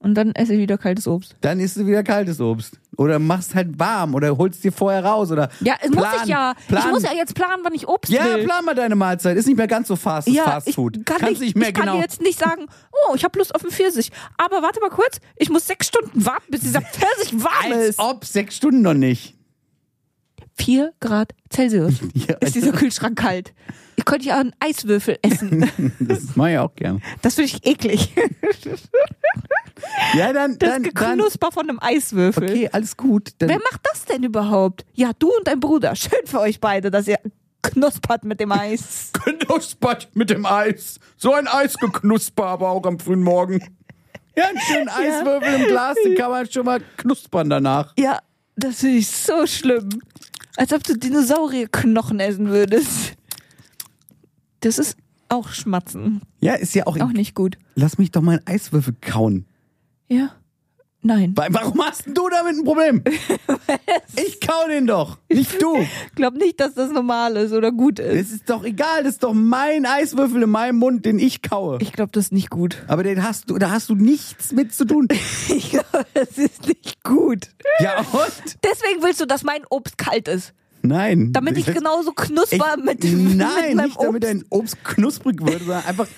[SPEAKER 2] Und dann esse ich wieder kaltes Obst.
[SPEAKER 1] dann isst du wieder kaltes Obst. Oder machst halt warm oder holst dir vorher raus oder.
[SPEAKER 2] Ja, es muss ich ja.
[SPEAKER 1] Plan.
[SPEAKER 2] Ich muss ja jetzt planen, wann ich Obst
[SPEAKER 1] Ja,
[SPEAKER 2] will.
[SPEAKER 1] plan mal deine Mahlzeit. Ist nicht mehr ganz so fast
[SPEAKER 2] ja,
[SPEAKER 1] Fast Food.
[SPEAKER 2] Ich kann
[SPEAKER 1] Kannst nicht
[SPEAKER 2] nicht,
[SPEAKER 1] mehr
[SPEAKER 2] ich
[SPEAKER 1] genau.
[SPEAKER 2] kann dir jetzt nicht sagen, oh, ich habe Lust auf einen Pfirsich. Aber warte mal kurz, ich muss sechs Stunden warten, bis dieser Pfirsich warm
[SPEAKER 1] als
[SPEAKER 2] ist.
[SPEAKER 1] ob sechs Stunden noch nicht. *laughs*
[SPEAKER 2] Vier Grad Celsius
[SPEAKER 1] Ja,
[SPEAKER 2] ist dieser Kühlschrank kalt. Ich könnte ja einen Eiswürfel
[SPEAKER 1] *laughs*
[SPEAKER 2] essen.
[SPEAKER 1] das mache ich auch gerne.
[SPEAKER 2] Das finde ich eklig. *laughs*
[SPEAKER 1] Ja, dann.
[SPEAKER 2] Das
[SPEAKER 1] dann, dann
[SPEAKER 2] Geknusper von einem Eiswürfel.
[SPEAKER 1] okay, alles gut. Dann,
[SPEAKER 2] Wer macht das denn überhaupt? Ja, du und dein Bruder. Schön für euch beide, dass ihr knuspert mit dem Eis.
[SPEAKER 1] Knuspert mit dem Eis. So ein Eisgeknusper, aber auch am frühen Morgen. Ja, einen schönen Eiswürfel im Glas, den kann man schon mal knuspern danach.
[SPEAKER 2] ja, das finde ich so schlimm. Als ob du Dinosaurierknochen essen würdest. Das ist auch Schmatzen.
[SPEAKER 1] Ja, ist ja auch.
[SPEAKER 2] Auch nicht gut.
[SPEAKER 1] Lass mich doch mal einen Eiswürfel kauen.
[SPEAKER 2] Ja. Nein.
[SPEAKER 1] Wa- Warum hast denn du damit ein Problem? Ich kau den doch, nicht du.
[SPEAKER 2] Glaub nicht, dass das normal ist oder gut ist.
[SPEAKER 1] Es ist doch egal, das ist doch mein Eiswürfel in meinem Mund, den ich kaue.
[SPEAKER 2] Ich glaube, das ist
[SPEAKER 1] *laughs*
[SPEAKER 2] nicht gut.
[SPEAKER 1] Aber den hast du, da hast du nichts mit zu
[SPEAKER 2] *laughs*
[SPEAKER 1] tun.
[SPEAKER 2] Ich glaube, das ist nicht gut.
[SPEAKER 1] Ja und?
[SPEAKER 2] Deswegen willst du, dass mein Obst kalt ist.
[SPEAKER 1] Nein.
[SPEAKER 2] Damit ich genauso
[SPEAKER 1] Ich-
[SPEAKER 2] knusper mit, *laughs* mit
[SPEAKER 1] Nein,
[SPEAKER 2] meinem
[SPEAKER 1] nicht damit
[SPEAKER 2] Obst.
[SPEAKER 1] dein Obst knusprig wird, sondern einfach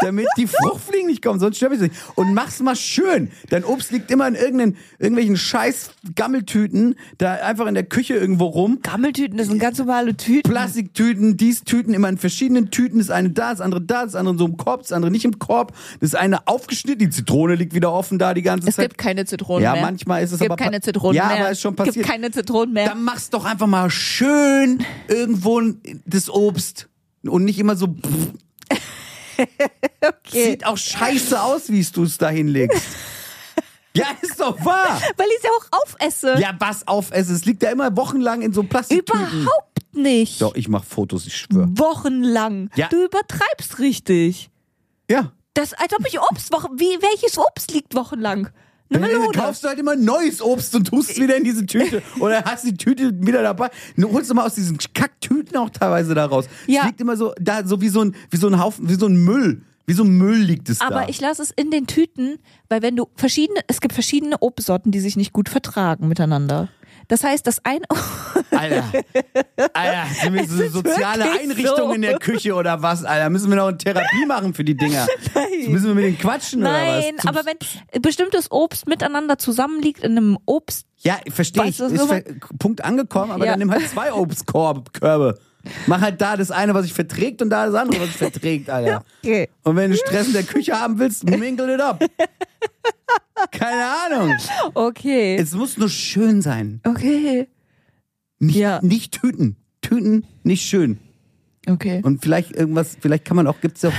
[SPEAKER 1] damit die Fruchtfliegen nicht kommen, sonst stirb ich nicht. Und mach's mal schön. Dein Obst liegt immer in irgendeinen, irgendwelchen scheiß Gammeltüten, da einfach in der Küche irgendwo rum.
[SPEAKER 2] Gammeltüten, das sind ganz normale Tüten.
[SPEAKER 1] Plastiktüten, dies Tüten, immer in verschiedenen Tüten. Das eine da, das andere da, das andere so im Korb, das andere nicht im Korb. Das eine aufgeschnitten, die Zitrone liegt wieder offen da die ganze
[SPEAKER 2] es
[SPEAKER 1] Zeit.
[SPEAKER 2] gibt keine Zitronen
[SPEAKER 1] Ja,
[SPEAKER 2] mehr.
[SPEAKER 1] manchmal ist es
[SPEAKER 2] es gibt
[SPEAKER 1] aber pa-
[SPEAKER 2] keine Zitronen
[SPEAKER 1] Ja,
[SPEAKER 2] mehr.
[SPEAKER 1] aber ist schon
[SPEAKER 2] Es
[SPEAKER 1] passiert.
[SPEAKER 2] gibt keine Zitronen mehr.
[SPEAKER 1] Dann mach's doch einfach mal schön irgendwo n- das Obst. Und nicht immer so, pff,
[SPEAKER 2] *laughs* Okay.
[SPEAKER 1] sieht auch scheiße aus, wie du es da
[SPEAKER 2] *laughs*
[SPEAKER 1] hinlegst. ja, ist doch wahr.
[SPEAKER 2] Weil ich es ja auch aufesse.
[SPEAKER 1] Ja, was auf es. Es liegt ja immer wochenlang in so Plastiktüten.
[SPEAKER 2] Überhaupt nicht.
[SPEAKER 1] Doch, ich mach Fotos, ich schwöre.
[SPEAKER 2] Wochenlang.
[SPEAKER 1] Ja.
[SPEAKER 2] Du übertreibst richtig.
[SPEAKER 1] Ja.
[SPEAKER 2] Das, als ob ich Obst, wochen- wie, welches Obst liegt wochenlang? Eine
[SPEAKER 1] Dann
[SPEAKER 2] Melone.
[SPEAKER 1] kaufst du halt immer neues Obst und tust es wieder in diese
[SPEAKER 2] *laughs*
[SPEAKER 1] Tüte. Oder hast die Tüte wieder dabei. Nur holst du mal aus diesen Kacktüten auch teilweise da raus.
[SPEAKER 2] Ja.
[SPEAKER 1] Es liegt immer so, da, so wie so ein, wie so ein Haufen, wie so ein Müll. Wie so ein Müll liegt es da.
[SPEAKER 2] Aber ich lasse es in den Tüten, weil wenn du verschiedene, es gibt verschiedene Obstsorten, die sich nicht gut vertragen miteinander. Das heißt, das ein
[SPEAKER 1] Alter.
[SPEAKER 2] *laughs*
[SPEAKER 1] Alter, sind wir so eine
[SPEAKER 2] ist
[SPEAKER 1] soziale
[SPEAKER 2] wirklich
[SPEAKER 1] Einrichtung
[SPEAKER 2] so.
[SPEAKER 1] in der Küche oder was, Alter? Müssen wir noch eine
[SPEAKER 2] *laughs*
[SPEAKER 1] Therapie machen für die Dinger? Nein. Müssen wir mit denen quatschen oder was?
[SPEAKER 2] Nein,
[SPEAKER 1] Zum-
[SPEAKER 2] aber wenn bestimmtes Obst miteinander zusammenliegt in einem Obst,
[SPEAKER 1] Ja, verstehe ich.
[SPEAKER 2] Weißt du,
[SPEAKER 1] Ist
[SPEAKER 2] so
[SPEAKER 1] ver Punkt angekommen, aber
[SPEAKER 2] Ja.
[SPEAKER 1] dann nimm halt
[SPEAKER 2] *laughs*
[SPEAKER 1] zwei Obstkörbe. Mach halt da das eine, was sich verträgt und da das andere, was sich verträgt, Alter.
[SPEAKER 2] Okay.
[SPEAKER 1] Und wenn du Stress in der Küche haben willst, mingle it up. Keine Ahnung.
[SPEAKER 2] okay.
[SPEAKER 1] Es muss nur schön sein.
[SPEAKER 2] okay.
[SPEAKER 1] Nicht,
[SPEAKER 2] Ja.
[SPEAKER 1] nicht töten. Töten nicht schön.
[SPEAKER 2] Okay.
[SPEAKER 1] Und vielleicht irgendwas, vielleicht kann man auch, gibt's ja,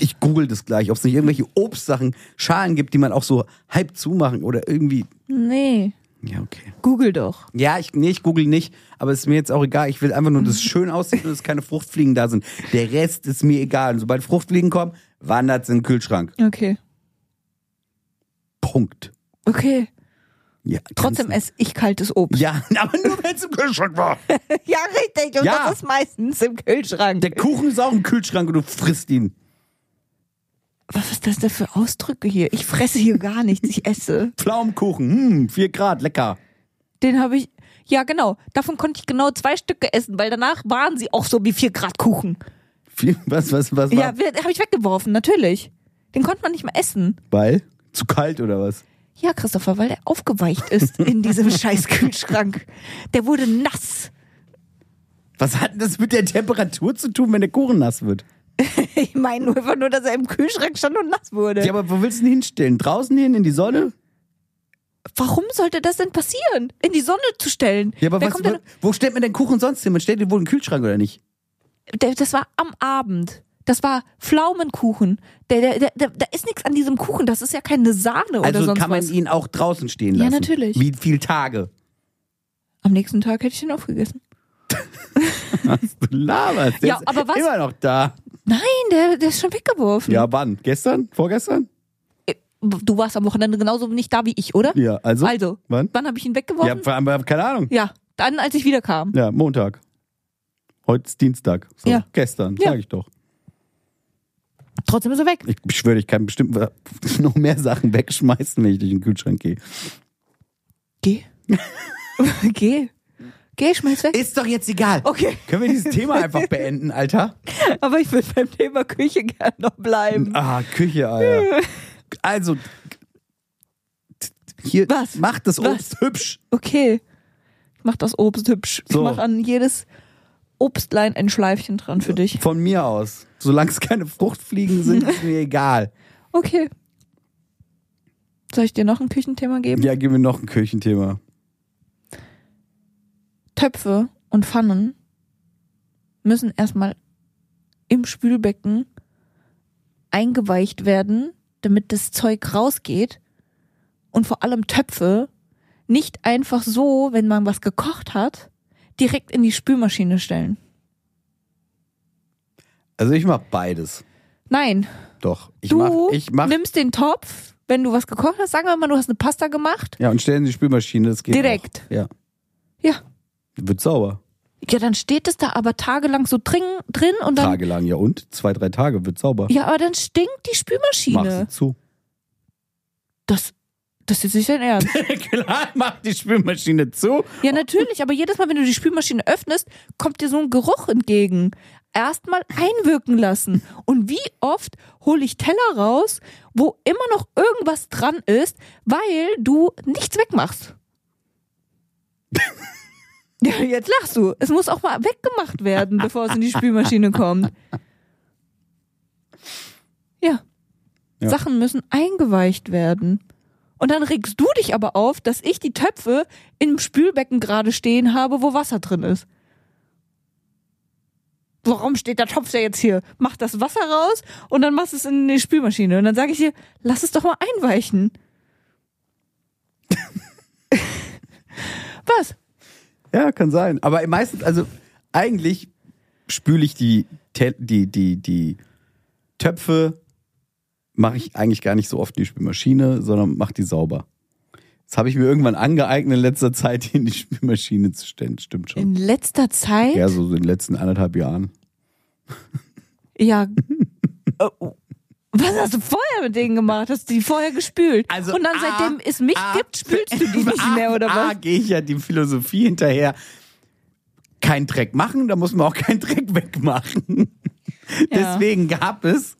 [SPEAKER 1] ich google das gleich, ob es nicht irgendwelche Obstsachen, Schalen gibt, die man auch so halb zumachen oder irgendwie.
[SPEAKER 2] Nee.
[SPEAKER 1] Ja, okay.
[SPEAKER 2] Google doch.
[SPEAKER 1] Ja, ich, nee, ich google nicht, aber ist mir jetzt auch egal. Ich will einfach nur, dass es schön aussieht und dass keine Fruchtfliegen da sind. Der Rest ist mir egal. Und sobald Fruchtfliegen kommen, wandert's in den Kühlschrank.
[SPEAKER 2] Okay.
[SPEAKER 1] Punkt.
[SPEAKER 2] Okay.
[SPEAKER 1] Ja,
[SPEAKER 2] Trotzdem esse ich kaltes Obst.
[SPEAKER 1] Ja, *laughs* aber nur wenn es im Kühlschrank war.
[SPEAKER 2] *laughs* Ja, richtig. Und
[SPEAKER 1] Ja.
[SPEAKER 2] das ist meistens im Kühlschrank.
[SPEAKER 1] Der Kuchen ist auch im Kühlschrank und du frisst ihn.
[SPEAKER 2] Was ist das denn für Ausdrücke hier? Ich fresse hier gar nichts. Ich esse.
[SPEAKER 1] Pflaumenkuchen, hm, 4 Grad, lecker.
[SPEAKER 2] Den habe ich. Ja, genau. Davon konnte ich genau zwei Stücke essen, weil danach waren sie auch so wie 4 Grad Kuchen.
[SPEAKER 1] Viel, was, was, was war?
[SPEAKER 2] Ja, habe ich weggeworfen, natürlich. Den konnte man nicht mehr essen.
[SPEAKER 1] Weil? Zu kalt oder was?
[SPEAKER 2] Ja, Christopher, weil der aufgeweicht ist in *laughs* diesem scheiß Kühlschrank. Der wurde nass.
[SPEAKER 1] Was hat denn das mit der Temperatur zu tun, wenn der Kuchen nass wird?
[SPEAKER 2] Ich meine nur einfach nur, dass er im Kühlschrank stand und nass wurde.
[SPEAKER 1] Ja, aber wo willst du ihn hinstellen? Draußen hin, in die Sonne?
[SPEAKER 2] Warum sollte das denn passieren? In die Sonne zu stellen?
[SPEAKER 1] Ja, aber
[SPEAKER 2] Wer
[SPEAKER 1] was,
[SPEAKER 2] kommt
[SPEAKER 1] wo,
[SPEAKER 2] denn,
[SPEAKER 1] wo stellt man denn Kuchen sonst hin? Man stellt den wohl in den Kühlschrank oder nicht?
[SPEAKER 2] der, das war am Abend. Das war Pflaumenkuchen. Der, der, der, der, da ist nichts an diesem Kuchen. Das ist ja keine Sahne oder
[SPEAKER 1] Also
[SPEAKER 2] sonst
[SPEAKER 1] kann man
[SPEAKER 2] was.
[SPEAKER 1] ihn auch draußen stehen
[SPEAKER 2] Ja,
[SPEAKER 1] lassen.
[SPEAKER 2] natürlich.
[SPEAKER 1] Wie viele Tage? *laughs*
[SPEAKER 2] Am nächsten Tag hätte ich den aufgegessen.
[SPEAKER 1] Du laberst. Der
[SPEAKER 2] Ja,
[SPEAKER 1] ist
[SPEAKER 2] aber was- Hm.
[SPEAKER 1] Immer noch da.
[SPEAKER 2] Nein, der, der ist schon weggeworfen.
[SPEAKER 1] Ja, wann? Gestern? Vorgestern?
[SPEAKER 2] Du warst am Wochenende genauso nicht da wie ich, oder?
[SPEAKER 1] Ja, also.
[SPEAKER 2] Also,
[SPEAKER 1] Wann?
[SPEAKER 2] wann habe ich ihn
[SPEAKER 1] Ja,
[SPEAKER 2] weggeworfen?
[SPEAKER 1] vor allem, keine Ahnung.
[SPEAKER 2] Ja, dann, als ich wiederkam.
[SPEAKER 1] Ja, Montag. Heute ist Dienstag. So,
[SPEAKER 2] Ja.
[SPEAKER 1] Gestern,
[SPEAKER 2] Ja.
[SPEAKER 1] sag ich doch.
[SPEAKER 2] Trotzdem ist er weg.
[SPEAKER 1] Ich schwöre, ich kann bestimmt *laughs* noch mehr Sachen wegschmeißen, wenn ich durch den Kühlschrank gehe.
[SPEAKER 2] *laughs* Geh. Geh. Geh, schmeiß weg.
[SPEAKER 1] Ist doch jetzt egal.
[SPEAKER 2] Okay,
[SPEAKER 1] Können wir dieses Thema einfach beenden,
[SPEAKER 2] *laughs*
[SPEAKER 1] Alter?
[SPEAKER 2] aber ich will beim Thema Küche gerne noch bleiben.
[SPEAKER 1] Ah, Küche, Alter. Also, t- t- hier,
[SPEAKER 2] Was?
[SPEAKER 1] macht das
[SPEAKER 2] Was?
[SPEAKER 1] Obst hübsch.
[SPEAKER 2] Okay. Ich mach das Obst hübsch.
[SPEAKER 1] So.
[SPEAKER 2] Ich mach an jedes Obstlein ein Schleifchen dran für dich.
[SPEAKER 1] Von mir aus. Solange es keine Fruchtfliegen sind, ist mir egal.
[SPEAKER 2] Okay. Soll ich dir noch ein Küchenthema geben?
[SPEAKER 1] Ja, gib mir noch ein Küchenthema.
[SPEAKER 2] Töpfe und Pfannen müssen erstmal im Spülbecken eingeweicht werden, damit das Zeug rausgeht. Und vor allem Töpfe nicht einfach so, wenn man was gekocht hat, direkt in die Spülmaschine stellen.
[SPEAKER 1] Also ich mach beides.
[SPEAKER 2] Nein,
[SPEAKER 1] Doch. Ich
[SPEAKER 2] du
[SPEAKER 1] mach, ich mach,
[SPEAKER 2] nimmst den Topf, wenn du was gekocht hast, sagen wir mal, du hast eine Pasta gemacht.
[SPEAKER 1] ja, und stell in die Spülmaschine, das geht
[SPEAKER 2] Direkt.
[SPEAKER 1] Auch. Ja.
[SPEAKER 2] Ja.
[SPEAKER 1] Wird sauber.
[SPEAKER 2] Ja, dann steht es da aber tagelang so drin, drin und dann.
[SPEAKER 1] Tagelang, ja und? Zwei, drei Tage wird sauber.
[SPEAKER 2] Ja, aber dann stinkt die
[SPEAKER 1] mach
[SPEAKER 2] Spülmaschine.
[SPEAKER 1] sie zu.
[SPEAKER 2] Das, das ist nicht
[SPEAKER 1] *laughs*
[SPEAKER 2] dein Ernst.
[SPEAKER 1] Klar, mach die Spülmaschine zu.
[SPEAKER 2] Ja, natürlich, aber jedes Mal, wenn du die Spülmaschine öffnest, kommt dir so ein Geruch entgegen. Erstmal einwirken lassen. Und wie oft hole ich Teller raus, wo immer noch irgendwas dran ist, weil du nichts
[SPEAKER 1] *laughs*
[SPEAKER 2] wegmachst. Ja, jetzt lachst du. Es muss auch mal weggemacht werden, bevor es in die Spülmaschine
[SPEAKER 1] *laughs*
[SPEAKER 2] kommt. Ja.
[SPEAKER 1] Ja.
[SPEAKER 2] Sachen müssen eingeweicht werden. Und dann regst du dich aber auf, dass ich die Töpfe im Spülbecken gerade stehen habe, wo Wasser drin ist. Warum steht der Topf ja jetzt hier? Mach das Wasser raus und dann machst du es in die Spülmaschine. Und dann sage ich dir, lass es doch mal einweichen. *laughs* Was?
[SPEAKER 1] Ja, kann sein. Aber meistens, also eigentlich spüle ich die, Te- die, die, die Töpfe, mache ich eigentlich gar nicht so oft in die Spülmaschine, sondern mache die sauber. Das habe ich mir irgendwann angeeignet, in letzter Zeit *laughs* die in die Spülmaschine zu stellen. Stimmt schon.
[SPEAKER 2] In letzter Zeit?
[SPEAKER 1] Ja, so in den letzten anderthalb Jahren.
[SPEAKER 2] Ja. Äh, Was hast du vorher mit denen gemacht? Hast du die vorher gespült?
[SPEAKER 1] Also
[SPEAKER 2] und dann
[SPEAKER 1] A-
[SPEAKER 2] seitdem es mich
[SPEAKER 1] A-
[SPEAKER 2] gibt, spülst
[SPEAKER 1] *laughs*
[SPEAKER 2] du die nicht mehr oder
[SPEAKER 1] Ah,
[SPEAKER 2] was?
[SPEAKER 1] gehe ich ja die Philosophie hinterher. Kein Dreck machen, da muss man auch keinen Dreck wegmachen.
[SPEAKER 2] Ja.
[SPEAKER 1] Deswegen gab es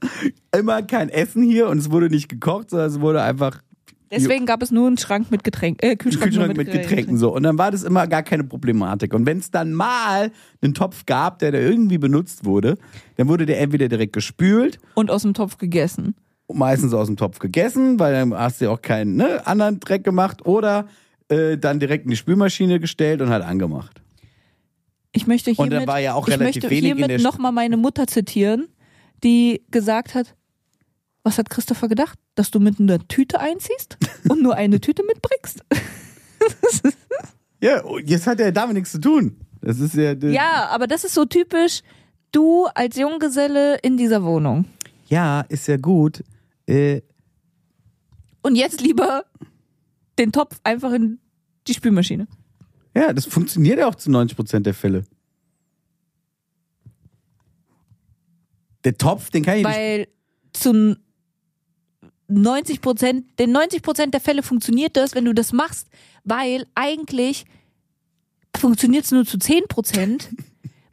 [SPEAKER 1] immer kein Essen hier und es wurde nicht gekocht, sondern es wurde einfach
[SPEAKER 2] Deswegen gab es nur einen Schrank mit Getränken, äh, Kühlschrank, nur
[SPEAKER 1] Kühlschrank mit Getränken so. Und dann war das immer gar keine Problematik. Und wenn es dann mal einen Topf gab, der da irgendwie benutzt wurde, dann wurde der entweder direkt gespült,
[SPEAKER 2] Und aus dem Topf gegessen.
[SPEAKER 1] meistens aus dem Topf gegessen, weil dann hast du ja auch keinen ne, anderen Dreck gemacht, oder äh, dann direkt in die Spülmaschine gestellt und halt angemacht.
[SPEAKER 2] Ich möchte
[SPEAKER 1] Und
[SPEAKER 2] hiermit,
[SPEAKER 1] da war ja auch
[SPEAKER 2] ich
[SPEAKER 1] relativ
[SPEAKER 2] möchte
[SPEAKER 1] wenig in
[SPEAKER 2] hiermit
[SPEAKER 1] der Sch-
[SPEAKER 2] nochmal meine Mutter zitieren, die gesagt hat, was hat Christopher gedacht? Dass du mit einer Tüte einziehst und nur eine Tüte
[SPEAKER 1] *laughs*
[SPEAKER 2] mitbringst?
[SPEAKER 1] Ja, und jetzt hat er damit nichts zu tun. Das ist ja. das-
[SPEAKER 2] ja, aber das ist so typisch du als Junggeselle in dieser Wohnung.
[SPEAKER 1] ja, ist ja gut. Äh,
[SPEAKER 2] Und jetzt lieber den Topf einfach in die Spülmaschine.
[SPEAKER 1] ja, das funktioniert ja auch zu 90 Prozent der Fälle. Der Topf, den kann ich nicht.
[SPEAKER 2] Weil zum 90 Prozent, den 90 Prozent der Fälle funktioniert das, wenn du das machst, weil eigentlich funktioniert es nur zu 10
[SPEAKER 1] *laughs*
[SPEAKER 2] Prozent.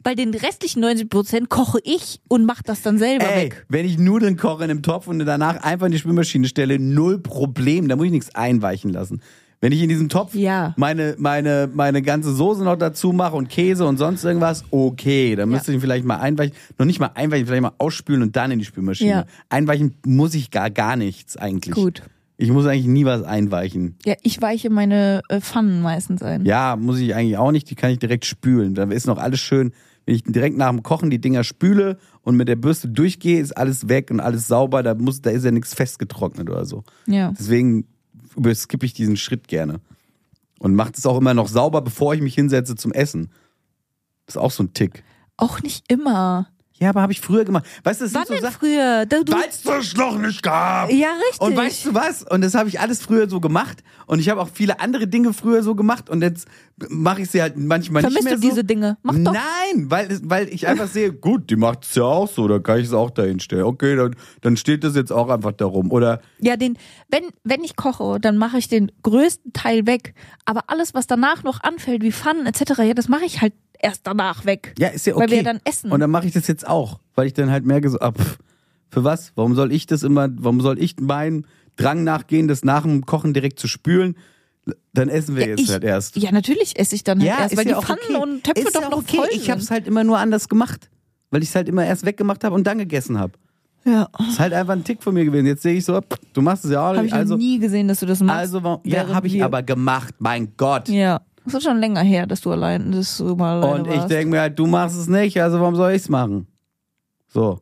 [SPEAKER 2] Bei den restlichen 90 Prozent koche ich und mach das dann selber
[SPEAKER 1] Ey,
[SPEAKER 2] weg.
[SPEAKER 1] wenn ich Nudeln koche in einem Topf und danach einfach in die Spülmaschine stelle, null Problem. Da muss ich nichts einweichen lassen. Wenn ich in diesem Topf
[SPEAKER 2] Ja.
[SPEAKER 1] meine, meine, meine ganze Soße noch dazu mache und Käse und sonst irgendwas, okay, dann müsste ich ihn vielleicht mal einweichen. Noch nicht mal einweichen, vielleicht mal ausspülen und dann in die Spülmaschine.
[SPEAKER 2] Ja.
[SPEAKER 1] Einweichen muss ich gar, gar nichts eigentlich.
[SPEAKER 2] Gut.
[SPEAKER 1] Ich muss eigentlich nie was einweichen.
[SPEAKER 2] Ja, ich weiche meine äh, Pfannen meistens ein.
[SPEAKER 1] Ja, muss ich eigentlich auch nicht. Die kann ich direkt spülen. Dann ist noch alles schön. Wenn ich direkt nach dem Kochen die Dinger spüle und mit der Bürste durchgehe, ist alles weg und alles sauber. Da, muss, da ist ja nichts festgetrocknet oder so.
[SPEAKER 2] Ja.
[SPEAKER 1] Deswegen überskippe ich diesen Schritt gerne. Und macht es auch immer noch sauber, bevor ich mich hinsetze zum Essen. Das ist auch so ein Tick.
[SPEAKER 2] Auch nicht immer.
[SPEAKER 1] Ja, aber habe ich früher gemacht. Weißt du, das
[SPEAKER 2] Wann
[SPEAKER 1] sind so
[SPEAKER 2] denn
[SPEAKER 1] Sachen.
[SPEAKER 2] früher? Da, du,
[SPEAKER 1] Weil es das noch nicht gab.
[SPEAKER 2] Ja, richtig.
[SPEAKER 1] Und weißt du was? Und das habe ich alles früher so gemacht. Und ich habe auch viele andere Dinge früher so gemacht. Und jetzt mache ich sie halt manchmal
[SPEAKER 2] Vermisst
[SPEAKER 1] nicht mehr
[SPEAKER 2] du
[SPEAKER 1] so.
[SPEAKER 2] diese Dinge? Mach doch.
[SPEAKER 1] Nein, weil, es- weil ich einfach sehe, gut, die macht es ja auch so. Dann kann ich es auch dahin stellen. Okay, dann, dann steht das jetzt auch einfach da rum. Oder
[SPEAKER 2] Ja, den, wenn, wenn ich koche, dann mache ich den größten Teil weg. Aber alles, was danach noch anfällt, wie Pfannen etc., ja, das mache ich halt erst danach weg.
[SPEAKER 1] Ja, ist ja okay.
[SPEAKER 2] Weil wir dann essen.
[SPEAKER 1] Und dann mache ich das jetzt auch, weil ich dann halt merke, so, ah, pff, für was? Warum soll ich das immer, warum soll ich meinem Drang nachgehen, das nach dem Kochen direkt zu spülen? Dann essen wir jetzt
[SPEAKER 2] ich,
[SPEAKER 1] halt erst.
[SPEAKER 2] Ja, natürlich esse ich dann halt erst,
[SPEAKER 1] ist
[SPEAKER 2] weil
[SPEAKER 1] ja
[SPEAKER 2] die
[SPEAKER 1] auch
[SPEAKER 2] Pfannen
[SPEAKER 1] okay.
[SPEAKER 2] und Töpfe
[SPEAKER 1] ist
[SPEAKER 2] doch
[SPEAKER 1] ja
[SPEAKER 2] noch
[SPEAKER 1] auch okay.
[SPEAKER 2] voll
[SPEAKER 1] Ich
[SPEAKER 2] sind.
[SPEAKER 1] habe es halt immer nur anders gemacht, weil ich es halt immer erst weggemacht habe und dann gegessen habe.
[SPEAKER 2] ja,
[SPEAKER 1] Ist halt einfach ein Tick von mir gewesen. Jetzt sehe ich so, pff, du machst es ja auch
[SPEAKER 2] habe
[SPEAKER 1] nicht.
[SPEAKER 2] ich
[SPEAKER 1] Also,
[SPEAKER 2] noch nie gesehen, dass du das machst.
[SPEAKER 1] also warum- ja,
[SPEAKER 2] während
[SPEAKER 1] habe ich
[SPEAKER 2] wir-
[SPEAKER 1] aber gemacht. Mein Gott.
[SPEAKER 2] Ja, das ist schon länger her, dass du allein, dass du mal alleine
[SPEAKER 1] Und ich
[SPEAKER 2] warst.
[SPEAKER 1] denke mir halt, du machst es nicht, also warum soll ich es machen? So.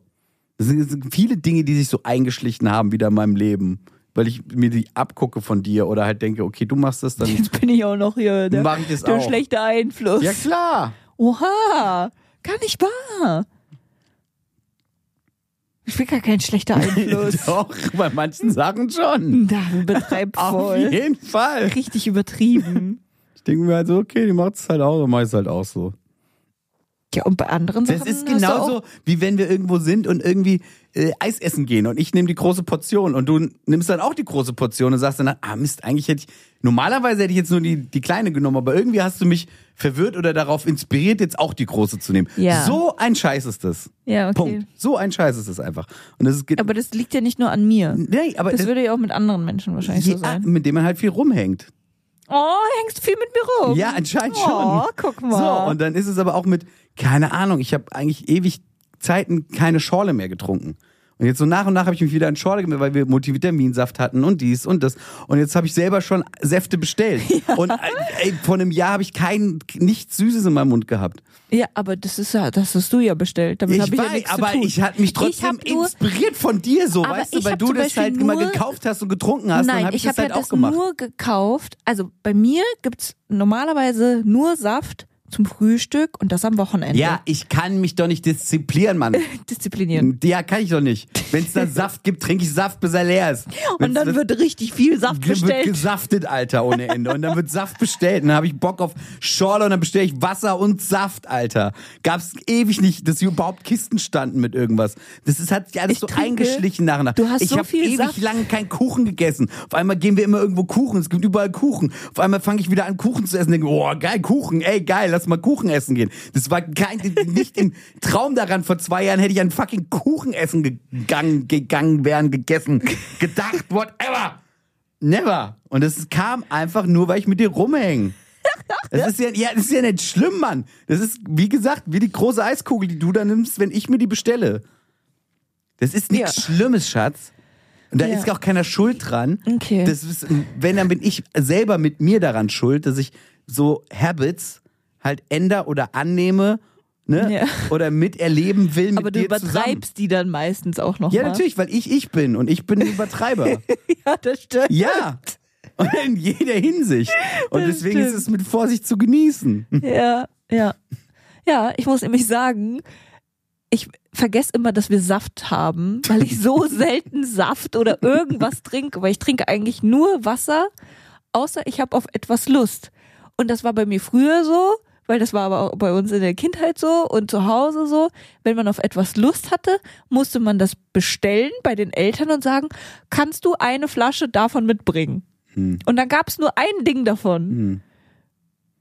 [SPEAKER 1] Das sind, das sind viele Dinge, die sich so eingeschlichen haben wieder in meinem Leben. weil ich mir die abgucke von dir oder halt denke, okay, du machst
[SPEAKER 2] *laughs*
[SPEAKER 1] das, dann
[SPEAKER 2] Jetzt bin ich auch noch hier der,
[SPEAKER 1] mache ich das
[SPEAKER 2] der
[SPEAKER 1] auch.
[SPEAKER 2] schlechte Einfluss.
[SPEAKER 1] Ja, klar.
[SPEAKER 2] Oha, gar nicht wahr. Ich bin gar kein schlechter
[SPEAKER 1] *laughs*
[SPEAKER 2] Einfluss.
[SPEAKER 1] Doch, bei manchen Sachen schon.
[SPEAKER 2] da, betreibt
[SPEAKER 1] Auf
[SPEAKER 2] voll.
[SPEAKER 1] jeden Fall.
[SPEAKER 2] Richtig übertrieben.
[SPEAKER 1] Ich denke mir halt so, okay, die macht es halt auch, dann mach ich's halt auch so.
[SPEAKER 2] Ja, und bei anderen
[SPEAKER 1] Das
[SPEAKER 2] Sachen
[SPEAKER 1] ist
[SPEAKER 2] hast du auch
[SPEAKER 1] genauso, wie wenn wir irgendwo sind und irgendwie äh, Eis essen gehen und ich nehme die große Portion und du nimmst dann auch die große Portion und sagst dann, ah Mist, eigentlich hätte ich, normalerweise hätte ich jetzt nur die, die kleine genommen, aber irgendwie hast du mich verwirrt oder darauf inspiriert, jetzt auch die große zu nehmen.
[SPEAKER 2] Ja.
[SPEAKER 1] So ein Scheiß ist das.
[SPEAKER 2] Ja, okay.
[SPEAKER 1] Punkt. So ein Scheiß ist das einfach. Und das ist, ge-
[SPEAKER 2] Aber das liegt ja nicht nur an mir.
[SPEAKER 1] nee, aber
[SPEAKER 2] Das
[SPEAKER 1] das-
[SPEAKER 2] würde ja auch mit anderen Menschen wahrscheinlich
[SPEAKER 1] ja,
[SPEAKER 2] so sein.
[SPEAKER 1] mit dem man halt viel rumhängt.
[SPEAKER 2] Oh, hängst du viel mit mir rum?
[SPEAKER 1] Ja, anscheinend
[SPEAKER 2] oh,
[SPEAKER 1] schon.
[SPEAKER 2] guck mal.
[SPEAKER 1] So, und dann ist es aber auch mit, keine Ahnung, ich habe eigentlich ewig Zeiten keine Schorle mehr getrunken. Und jetzt so nach und nach habe ich mich wieder an Schorle gemacht, weil wir Multivitaminsaft hatten und dies und das. Und jetzt habe ich selber schon Säfte bestellt.
[SPEAKER 2] *laughs*
[SPEAKER 1] Und äh, ey, vor einem Jahr habe ich kein, nichts Süßes in meinem Mund gehabt.
[SPEAKER 2] ja, aber das ist ja, das hast du ja bestellt. Damit habe ich ja nichts
[SPEAKER 1] aber
[SPEAKER 2] zu tun.
[SPEAKER 1] ich hatte mich
[SPEAKER 2] Ich
[SPEAKER 1] trotzdem
[SPEAKER 2] hab nur,
[SPEAKER 1] inspiriert von dir so,
[SPEAKER 2] Aber
[SPEAKER 1] weißt du,
[SPEAKER 2] ich
[SPEAKER 1] weil
[SPEAKER 2] hab
[SPEAKER 1] du
[SPEAKER 2] zum
[SPEAKER 1] das
[SPEAKER 2] Beispiel
[SPEAKER 1] halt immer
[SPEAKER 2] nur-
[SPEAKER 1] gekauft hast und getrunken hast, dann
[SPEAKER 2] Nein,
[SPEAKER 1] habe ich,
[SPEAKER 2] ich
[SPEAKER 1] das
[SPEAKER 2] habe
[SPEAKER 1] halt
[SPEAKER 2] ja
[SPEAKER 1] auch
[SPEAKER 2] das
[SPEAKER 1] gemacht.
[SPEAKER 2] nur gekauft. Also bei mir gibt's normalerweise nur Saft zum Frühstück und das am Wochenende.
[SPEAKER 1] Ja, ich kann mich doch nicht disziplinieren, Mann.
[SPEAKER 2] Disziplinieren.
[SPEAKER 1] Ja, kann ich doch nicht. Wenn
[SPEAKER 2] *laughs*
[SPEAKER 1] es da Saft gibt, trinke ich Saft, bis er leer ist.
[SPEAKER 2] Und
[SPEAKER 1] Wenn's-
[SPEAKER 2] dann wird richtig viel Saft
[SPEAKER 1] Ge- wird
[SPEAKER 2] bestellt.
[SPEAKER 1] gesaftet, Alter, ohne Ende. Und dann wird Saft bestellt. Und dann habe ich Bock auf Schorle und dann bestelle ich Wasser und Saft, Alter. Gab's ewig nicht, dass hier überhaupt Kisten standen mit irgendwas. Das ist, hat sich alles
[SPEAKER 2] Ich
[SPEAKER 1] so
[SPEAKER 2] trinke-
[SPEAKER 1] eingeschlichen nach und nach.
[SPEAKER 2] Du hast
[SPEAKER 1] ich
[SPEAKER 2] so
[SPEAKER 1] hab
[SPEAKER 2] viel
[SPEAKER 1] ewig
[SPEAKER 2] Saft.
[SPEAKER 1] lange keinen Kuchen gegessen. Auf einmal gehen wir immer irgendwo Kuchen. Es gibt überall Kuchen. Auf einmal fange ich wieder an, Kuchen zu essen. Denke, oh, geil, Kuchen. Ey, geil, lass mal Kuchen essen gehen. Das war kein, nicht im Traum daran. Vor zwei Jahren hätte ich an fucking Kuchen essen gegangen, gegangen wären, gegessen, gedacht, whatever. Never. Und es kam einfach nur, weil ich mit dir rumhänge. Das ist ja, ja, das ist ja nicht schlimm, Mann. Das ist, wie gesagt, wie die große Eiskugel, die du da nimmst, wenn ich mir die bestelle. Das ist nichts
[SPEAKER 2] Ja.
[SPEAKER 1] Schlimmes, Schatz. Und da
[SPEAKER 2] Ja.
[SPEAKER 1] ist auch keiner schuld dran.
[SPEAKER 2] Okay.
[SPEAKER 1] Das ist, wenn, dann bin ich selber mit mir daran schuld, dass ich so Habits halt ändere oder annehme, ne?
[SPEAKER 2] Ja.
[SPEAKER 1] Oder miterleben will mit
[SPEAKER 2] Aber du
[SPEAKER 1] dir zusammen.
[SPEAKER 2] übertreibst die dann meistens auch noch
[SPEAKER 1] Ja,
[SPEAKER 2] mal.
[SPEAKER 1] natürlich, weil ich ich bin und ich bin ein Übertreiber.
[SPEAKER 2] *laughs* Ja, das stimmt.
[SPEAKER 1] Ja. Und in jeder Hinsicht. Und
[SPEAKER 2] Das
[SPEAKER 1] deswegen ist
[SPEAKER 2] stimmt.
[SPEAKER 1] es mit Vorsicht zu genießen.
[SPEAKER 2] Ja, ja. Ja, ich muss nämlich sagen, ich vergesse immer, dass wir Saft haben, weil ich so selten Saft oder irgendwas trinke, weil ich trinke eigentlich nur Wasser, außer ich habe auf etwas Lust. Und das war bei mir früher so, weil das war aber auch bei uns in der Kindheit so und zu Hause so, wenn man auf etwas Lust hatte, musste man das bestellen bei den Eltern und sagen, kannst du eine Flasche davon mitbringen? Und dann gab es nur ein Ding davon.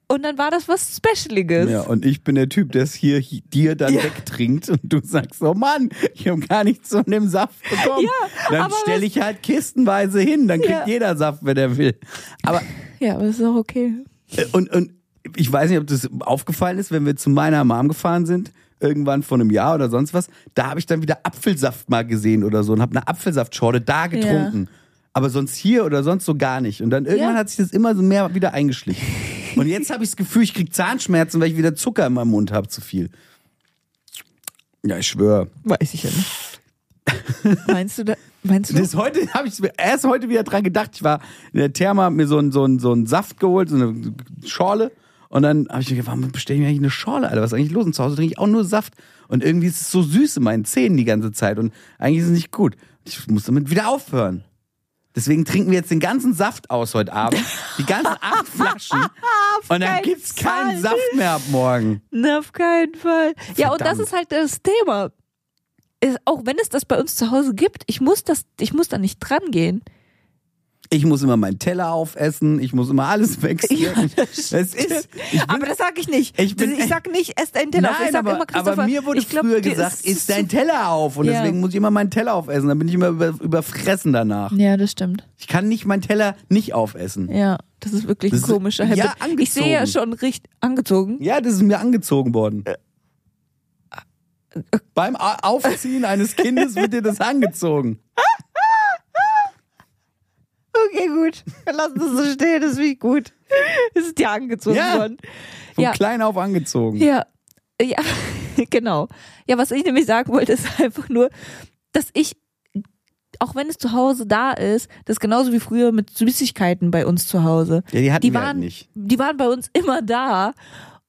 [SPEAKER 2] Und dann war das was Specialiges.
[SPEAKER 1] Ja, und ich bin der Typ, der es hier hi- dir dann wegtrinkt und du sagst, oh Mann, ich habe gar nichts von dem Saft bekommen.
[SPEAKER 2] Ja,
[SPEAKER 1] dann
[SPEAKER 2] aber
[SPEAKER 1] stelle ich halt kistenweise hin, dann kriegt
[SPEAKER 2] Ja.
[SPEAKER 1] jeder Saft, wenn er will. Aber
[SPEAKER 2] Ja, aber das ist auch okay.
[SPEAKER 1] Äh, Und, und ich weiß nicht, ob das aufgefallen ist, wenn wir zu meiner Mom gefahren sind, irgendwann vor einem Jahr oder sonst was, da habe ich dann wieder Apfelsaft mal gesehen oder so und habe eine Apfelsaftschorle da getrunken. Aber sonst hier oder sonst so gar nicht. Und dann irgendwann
[SPEAKER 2] Ja.
[SPEAKER 1] hat sich das immer so mehr wieder eingeschlichen. Und jetzt habe ich das Gefühl, ich krieg Zahnschmerzen, weil ich wieder Zucker in meinem Mund habe, zu viel. Ja, ich schwöre.
[SPEAKER 2] Weiß ich ja nicht.
[SPEAKER 1] *laughs*
[SPEAKER 2] meinst du da, meinst du
[SPEAKER 1] Das heute habe ich mir erst heute wieder dran gedacht. Ich war in der Therma, hab mir so einen so einen- so einen Saft geholt, so eine Schorle. Und dann habe ich mir gedacht, warum bestelle ich mir eigentlich eine Schorle, Alter? Was ist eigentlich los? Und zu Hause trinke ich auch nur Saft. Und irgendwie ist es so süß in meinen Zähnen die ganze Zeit. Und eigentlich ist es nicht gut. Ich muss damit wieder aufhören. Deswegen trinken wir jetzt den ganzen Saft aus heute Abend. Die
[SPEAKER 2] *laughs*
[SPEAKER 1] ganzen acht Flaschen. Und dann
[SPEAKER 2] keinen
[SPEAKER 1] gibt's keinen
[SPEAKER 2] Fall.
[SPEAKER 1] Saft mehr ab morgen.
[SPEAKER 2] Na, auf keinen Fall. Ja, und das
[SPEAKER 1] Verdammt.
[SPEAKER 2] ist halt das Thema. Ist, auch wenn es das bei uns zu Hause gibt, ich muss das, ich muss da nicht dran gehen.
[SPEAKER 1] Ich muss immer meinen Teller aufessen. Ich muss immer alles wegstecken.
[SPEAKER 2] Ja, *laughs* das
[SPEAKER 1] es ist, ich bin
[SPEAKER 2] aber das sag ich nicht.
[SPEAKER 1] Ich bin-
[SPEAKER 2] ich sag nicht, esst einen Teller. auf. ich sag
[SPEAKER 1] aber,
[SPEAKER 2] immer, Christopher,
[SPEAKER 1] aber mir wurde
[SPEAKER 2] ich glaub,
[SPEAKER 1] früher
[SPEAKER 2] dir
[SPEAKER 1] gesagt,
[SPEAKER 2] ist-
[SPEAKER 1] isst dein Teller auf. Und
[SPEAKER 2] Ja.
[SPEAKER 1] deswegen muss ich immer meinen Teller aufessen. Dann bin ich immer über, überfressen danach.
[SPEAKER 2] Ja, das stimmt.
[SPEAKER 1] Ich kann nicht meinen Teller nicht aufessen.
[SPEAKER 2] Ja, das ist wirklich
[SPEAKER 1] Das
[SPEAKER 2] ein
[SPEAKER 1] ist-
[SPEAKER 2] komischer
[SPEAKER 1] ja,
[SPEAKER 2] Habit. ich sehe ja
[SPEAKER 1] angezogen.
[SPEAKER 2] schon richtig angezogen.
[SPEAKER 1] Ja, das ist mir angezogen worden.
[SPEAKER 2] Äh,
[SPEAKER 1] Beim A- Aufziehen eines Kindes wird dir das angezogen.
[SPEAKER 2] Okay, gut. Wir lassen das so stehen, das ist wirklich gut. *laughs* Es ist dir angezogen
[SPEAKER 1] Ja.
[SPEAKER 2] worden.
[SPEAKER 1] Von
[SPEAKER 2] Ja.
[SPEAKER 1] klein auf angezogen.
[SPEAKER 2] Ja, ja, *laughs* genau. Ja, was ich nämlich sagen wollte, ist einfach nur, dass ich auch wenn es zu Hause da ist, das ist genauso wie früher mit Süßigkeiten bei uns zu Hause.
[SPEAKER 1] Ja, die hatten
[SPEAKER 2] Die
[SPEAKER 1] wir
[SPEAKER 2] waren,
[SPEAKER 1] halt nicht.
[SPEAKER 2] die waren bei uns immer da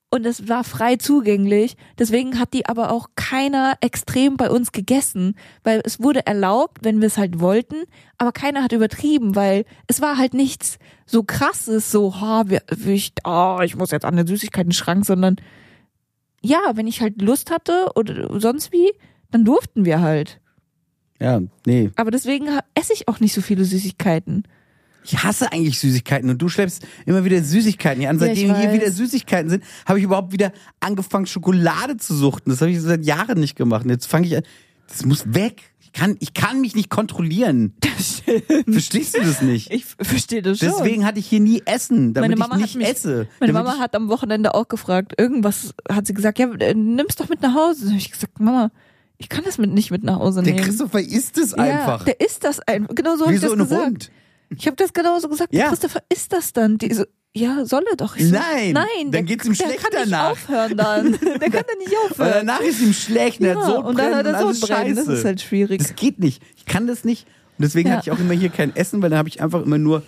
[SPEAKER 2] und es war frei zugänglich. Deswegen hat die aber auch keiner extrem bei uns gegessen, weil es wurde erlaubt, wenn wir es halt wollten, aber keiner hat übertrieben, weil es war halt nichts so krasses, so, ha, wir, ich, oh, ich muss jetzt an den Süßigkeiten-Schrank, sondern ja, wenn ich halt Lust hatte oder sonst wie, dann durften wir halt.
[SPEAKER 1] Ja, nee.
[SPEAKER 2] Aber deswegen ha- esse ich auch nicht so viele Süßigkeiten. *laughs*
[SPEAKER 1] Ich hasse eigentlich Süßigkeiten und du schleppst immer wieder Süßigkeiten hier an.
[SPEAKER 2] Ja, ich
[SPEAKER 1] Seitdem hier
[SPEAKER 2] weiß.
[SPEAKER 1] wieder Süßigkeiten sind, habe ich überhaupt wieder angefangen, Schokolade zu suchten. Das habe ich seit Jahren nicht gemacht. Und jetzt fange ich an. Das muss weg. Ich kann, ich kann mich nicht kontrollieren. Verstehst du das nicht?
[SPEAKER 2] Hm. *laughs* Ich verstehe das schon.
[SPEAKER 1] Deswegen hatte ich hier nie Essen, damit
[SPEAKER 2] Meine Mama
[SPEAKER 1] ich
[SPEAKER 2] hat
[SPEAKER 1] nicht
[SPEAKER 2] mich-
[SPEAKER 1] esse. damit
[SPEAKER 2] Meine Mama
[SPEAKER 1] ich,
[SPEAKER 2] hat am Wochenende auch gefragt, irgendwas hat sie gesagt, ja, äh, nimm's doch mit nach Hause. Da hab ich gesagt, Mama, ich kann das mit nicht mit nach Hause
[SPEAKER 1] Der
[SPEAKER 2] nehmen.
[SPEAKER 1] Christopher isst es
[SPEAKER 2] ja,
[SPEAKER 1] einfach.
[SPEAKER 2] Der ist das einfach. Genau so habe
[SPEAKER 1] Wie
[SPEAKER 2] ich
[SPEAKER 1] so
[SPEAKER 2] das
[SPEAKER 1] ein
[SPEAKER 2] gesagt.
[SPEAKER 1] Hund.
[SPEAKER 2] Ich habe das genauso gesagt.
[SPEAKER 1] Ja.
[SPEAKER 2] Ja. Christopher ist das dann. Die so, ja, soll er doch. Ich so,
[SPEAKER 1] Nein,
[SPEAKER 2] nein.
[SPEAKER 1] dann
[SPEAKER 2] der-
[SPEAKER 1] geht's ihm
[SPEAKER 2] der
[SPEAKER 1] schlecht
[SPEAKER 2] kann
[SPEAKER 1] danach.
[SPEAKER 2] Nicht
[SPEAKER 1] *laughs*
[SPEAKER 2] aufhören dann. Der kann dann nicht
[SPEAKER 1] Und
[SPEAKER 2] aufhören.
[SPEAKER 1] danach ist ihm schlecht. und Er hat
[SPEAKER 2] ja,
[SPEAKER 1] Sodbrennen
[SPEAKER 2] und dann hat er
[SPEAKER 1] alles
[SPEAKER 2] Sodbrennen. Das
[SPEAKER 1] Scheiße.
[SPEAKER 2] ist halt schwierig.
[SPEAKER 1] Das geht nicht. Ich kann das nicht. Und deswegen
[SPEAKER 2] Ja.
[SPEAKER 1] hatte ich auch immer hier kein Essen, weil dann habe ich einfach immer nur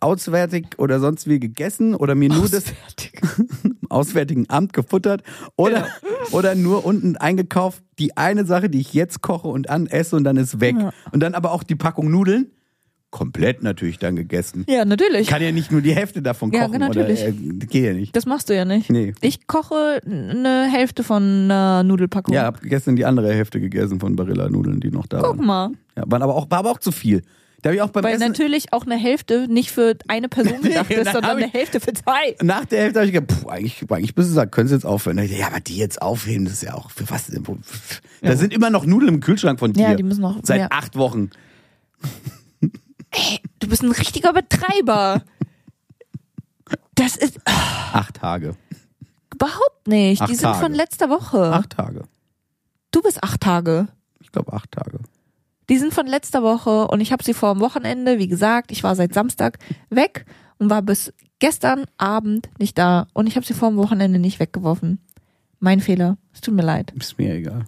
[SPEAKER 1] auswärtig oder sonst wie gegessen oder mir nur das *laughs* im auswärtigen Amt gefuttert oder,
[SPEAKER 2] Genau.
[SPEAKER 1] oder nur unten eingekauft die eine Sache, die ich jetzt koche und anesse und dann ist weg.
[SPEAKER 2] Ja.
[SPEAKER 1] Und dann aber auch die Packung Nudeln komplett natürlich dann gegessen.
[SPEAKER 2] ja, natürlich.
[SPEAKER 1] Ich kann ja nicht nur die Hälfte davon
[SPEAKER 2] Ja,
[SPEAKER 1] kochen.
[SPEAKER 2] natürlich.
[SPEAKER 1] Oder, äh, geht ja nicht.
[SPEAKER 2] Das machst du ja nicht.
[SPEAKER 1] Nee.
[SPEAKER 2] Ich koche eine Hälfte von einer Nudelpackung.
[SPEAKER 1] Ja, habe gestern die andere Hälfte gegessen von Barilla-Nudeln, die noch da
[SPEAKER 2] Guck
[SPEAKER 1] waren.
[SPEAKER 2] mal.
[SPEAKER 1] Ja, waren aber auch, war aber auch zu viel. Da habe ich auch beim
[SPEAKER 2] Weil
[SPEAKER 1] Essen
[SPEAKER 2] natürlich auch eine Hälfte nicht für eine Person *laughs* gedacht
[SPEAKER 1] Nee,
[SPEAKER 2] ist,
[SPEAKER 1] da hab
[SPEAKER 2] sondern
[SPEAKER 1] ich-
[SPEAKER 2] eine Hälfte für zwei.
[SPEAKER 1] nach der Hälfte habe ich gedacht, puh, eigentlich, eigentlich müssen sie sagen, können sie jetzt aufhören. Da hab ich gedacht, Ja, aber die jetzt aufheben, das ist ja auch für was. denn? Wo- Da sind immer noch Nudeln im Kühlschrank von dir.
[SPEAKER 2] Ja, die müssen noch-
[SPEAKER 1] Seit
[SPEAKER 2] ja.
[SPEAKER 1] acht Wochen.
[SPEAKER 2] Du bist ein richtiger Betreiber. Das ist
[SPEAKER 1] Acht Tage.
[SPEAKER 2] überhaupt nicht.
[SPEAKER 1] Acht
[SPEAKER 2] Die sind
[SPEAKER 1] Tage.
[SPEAKER 2] von letzter Woche.
[SPEAKER 1] Acht Tage.
[SPEAKER 2] Du bist acht Tage.
[SPEAKER 1] Ich glaube, acht Tage.
[SPEAKER 2] Die sind von letzter Woche und ich habe sie vor dem Wochenende, wie gesagt, ich war seit Samstag weg und war bis gestern Abend nicht da und ich habe sie vor dem Wochenende nicht weggeworfen. Mein Fehler. Es tut mir leid.
[SPEAKER 1] Ist mir egal.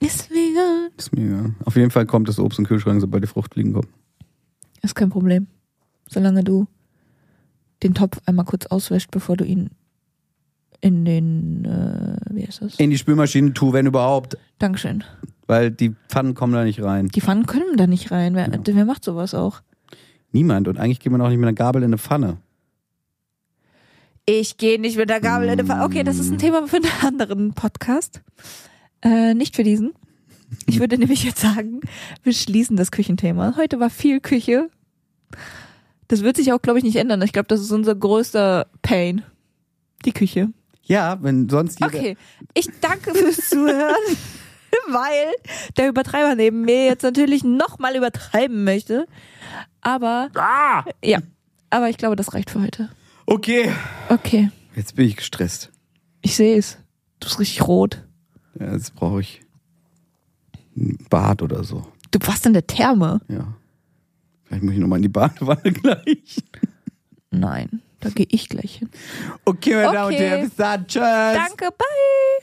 [SPEAKER 2] Ist vegan.
[SPEAKER 1] Ist mir egal. Auf jeden Fall kommt das Obst im Kühlschrank, sobald die Fruchtfliegen kommen.
[SPEAKER 2] Ist kein Problem. Solange du den Topf einmal kurz auswäscht, bevor du ihn in den, äh, wie heißt das?
[SPEAKER 1] In die Spülmaschine tu, wenn überhaupt.
[SPEAKER 2] Dankeschön.
[SPEAKER 1] Weil die Pfannen kommen da nicht rein.
[SPEAKER 2] Die Pfannen können da nicht rein. Wer, wer macht sowas auch?
[SPEAKER 1] Niemand. Und eigentlich geht man auch nicht mit einer Gabel in eine Pfanne.
[SPEAKER 2] Ich gehe nicht mit der Gabel in die Pfanne. Okay, das ist ein Thema für einen anderen Podcast. Äh, nicht für diesen. Ich würde nämlich jetzt sagen, wir schließen das Küchenthema. Heute war viel Küche. Das wird sich auch, glaube ich, nicht ändern. Ich glaube, das ist unser größter Pain. Die Küche.
[SPEAKER 1] Ja, wenn sonst jeder.
[SPEAKER 2] Okay, ich danke fürs Zuhören, *laughs* weil der Übertreiber neben mir jetzt natürlich nochmal übertreiben möchte. Aber
[SPEAKER 1] Ah!
[SPEAKER 2] ja, aber ich glaube, das reicht für heute.
[SPEAKER 1] Okay.
[SPEAKER 2] Okay,
[SPEAKER 1] Jetzt bin ich gestresst.
[SPEAKER 2] ich sehe es. Du bist richtig rot.
[SPEAKER 1] Ja, jetzt brauche ich ein Bad oder so.
[SPEAKER 2] Du warst in der Therme.
[SPEAKER 1] Ja. Vielleicht muss ich nochmal in die Badewanne *laughs* gleich.
[SPEAKER 2] Nein, da gehe ich gleich hin.
[SPEAKER 1] Okay, meine Damen und
[SPEAKER 2] Okay.
[SPEAKER 1] Herren, bis dann. Tschüss.
[SPEAKER 2] Danke, bye.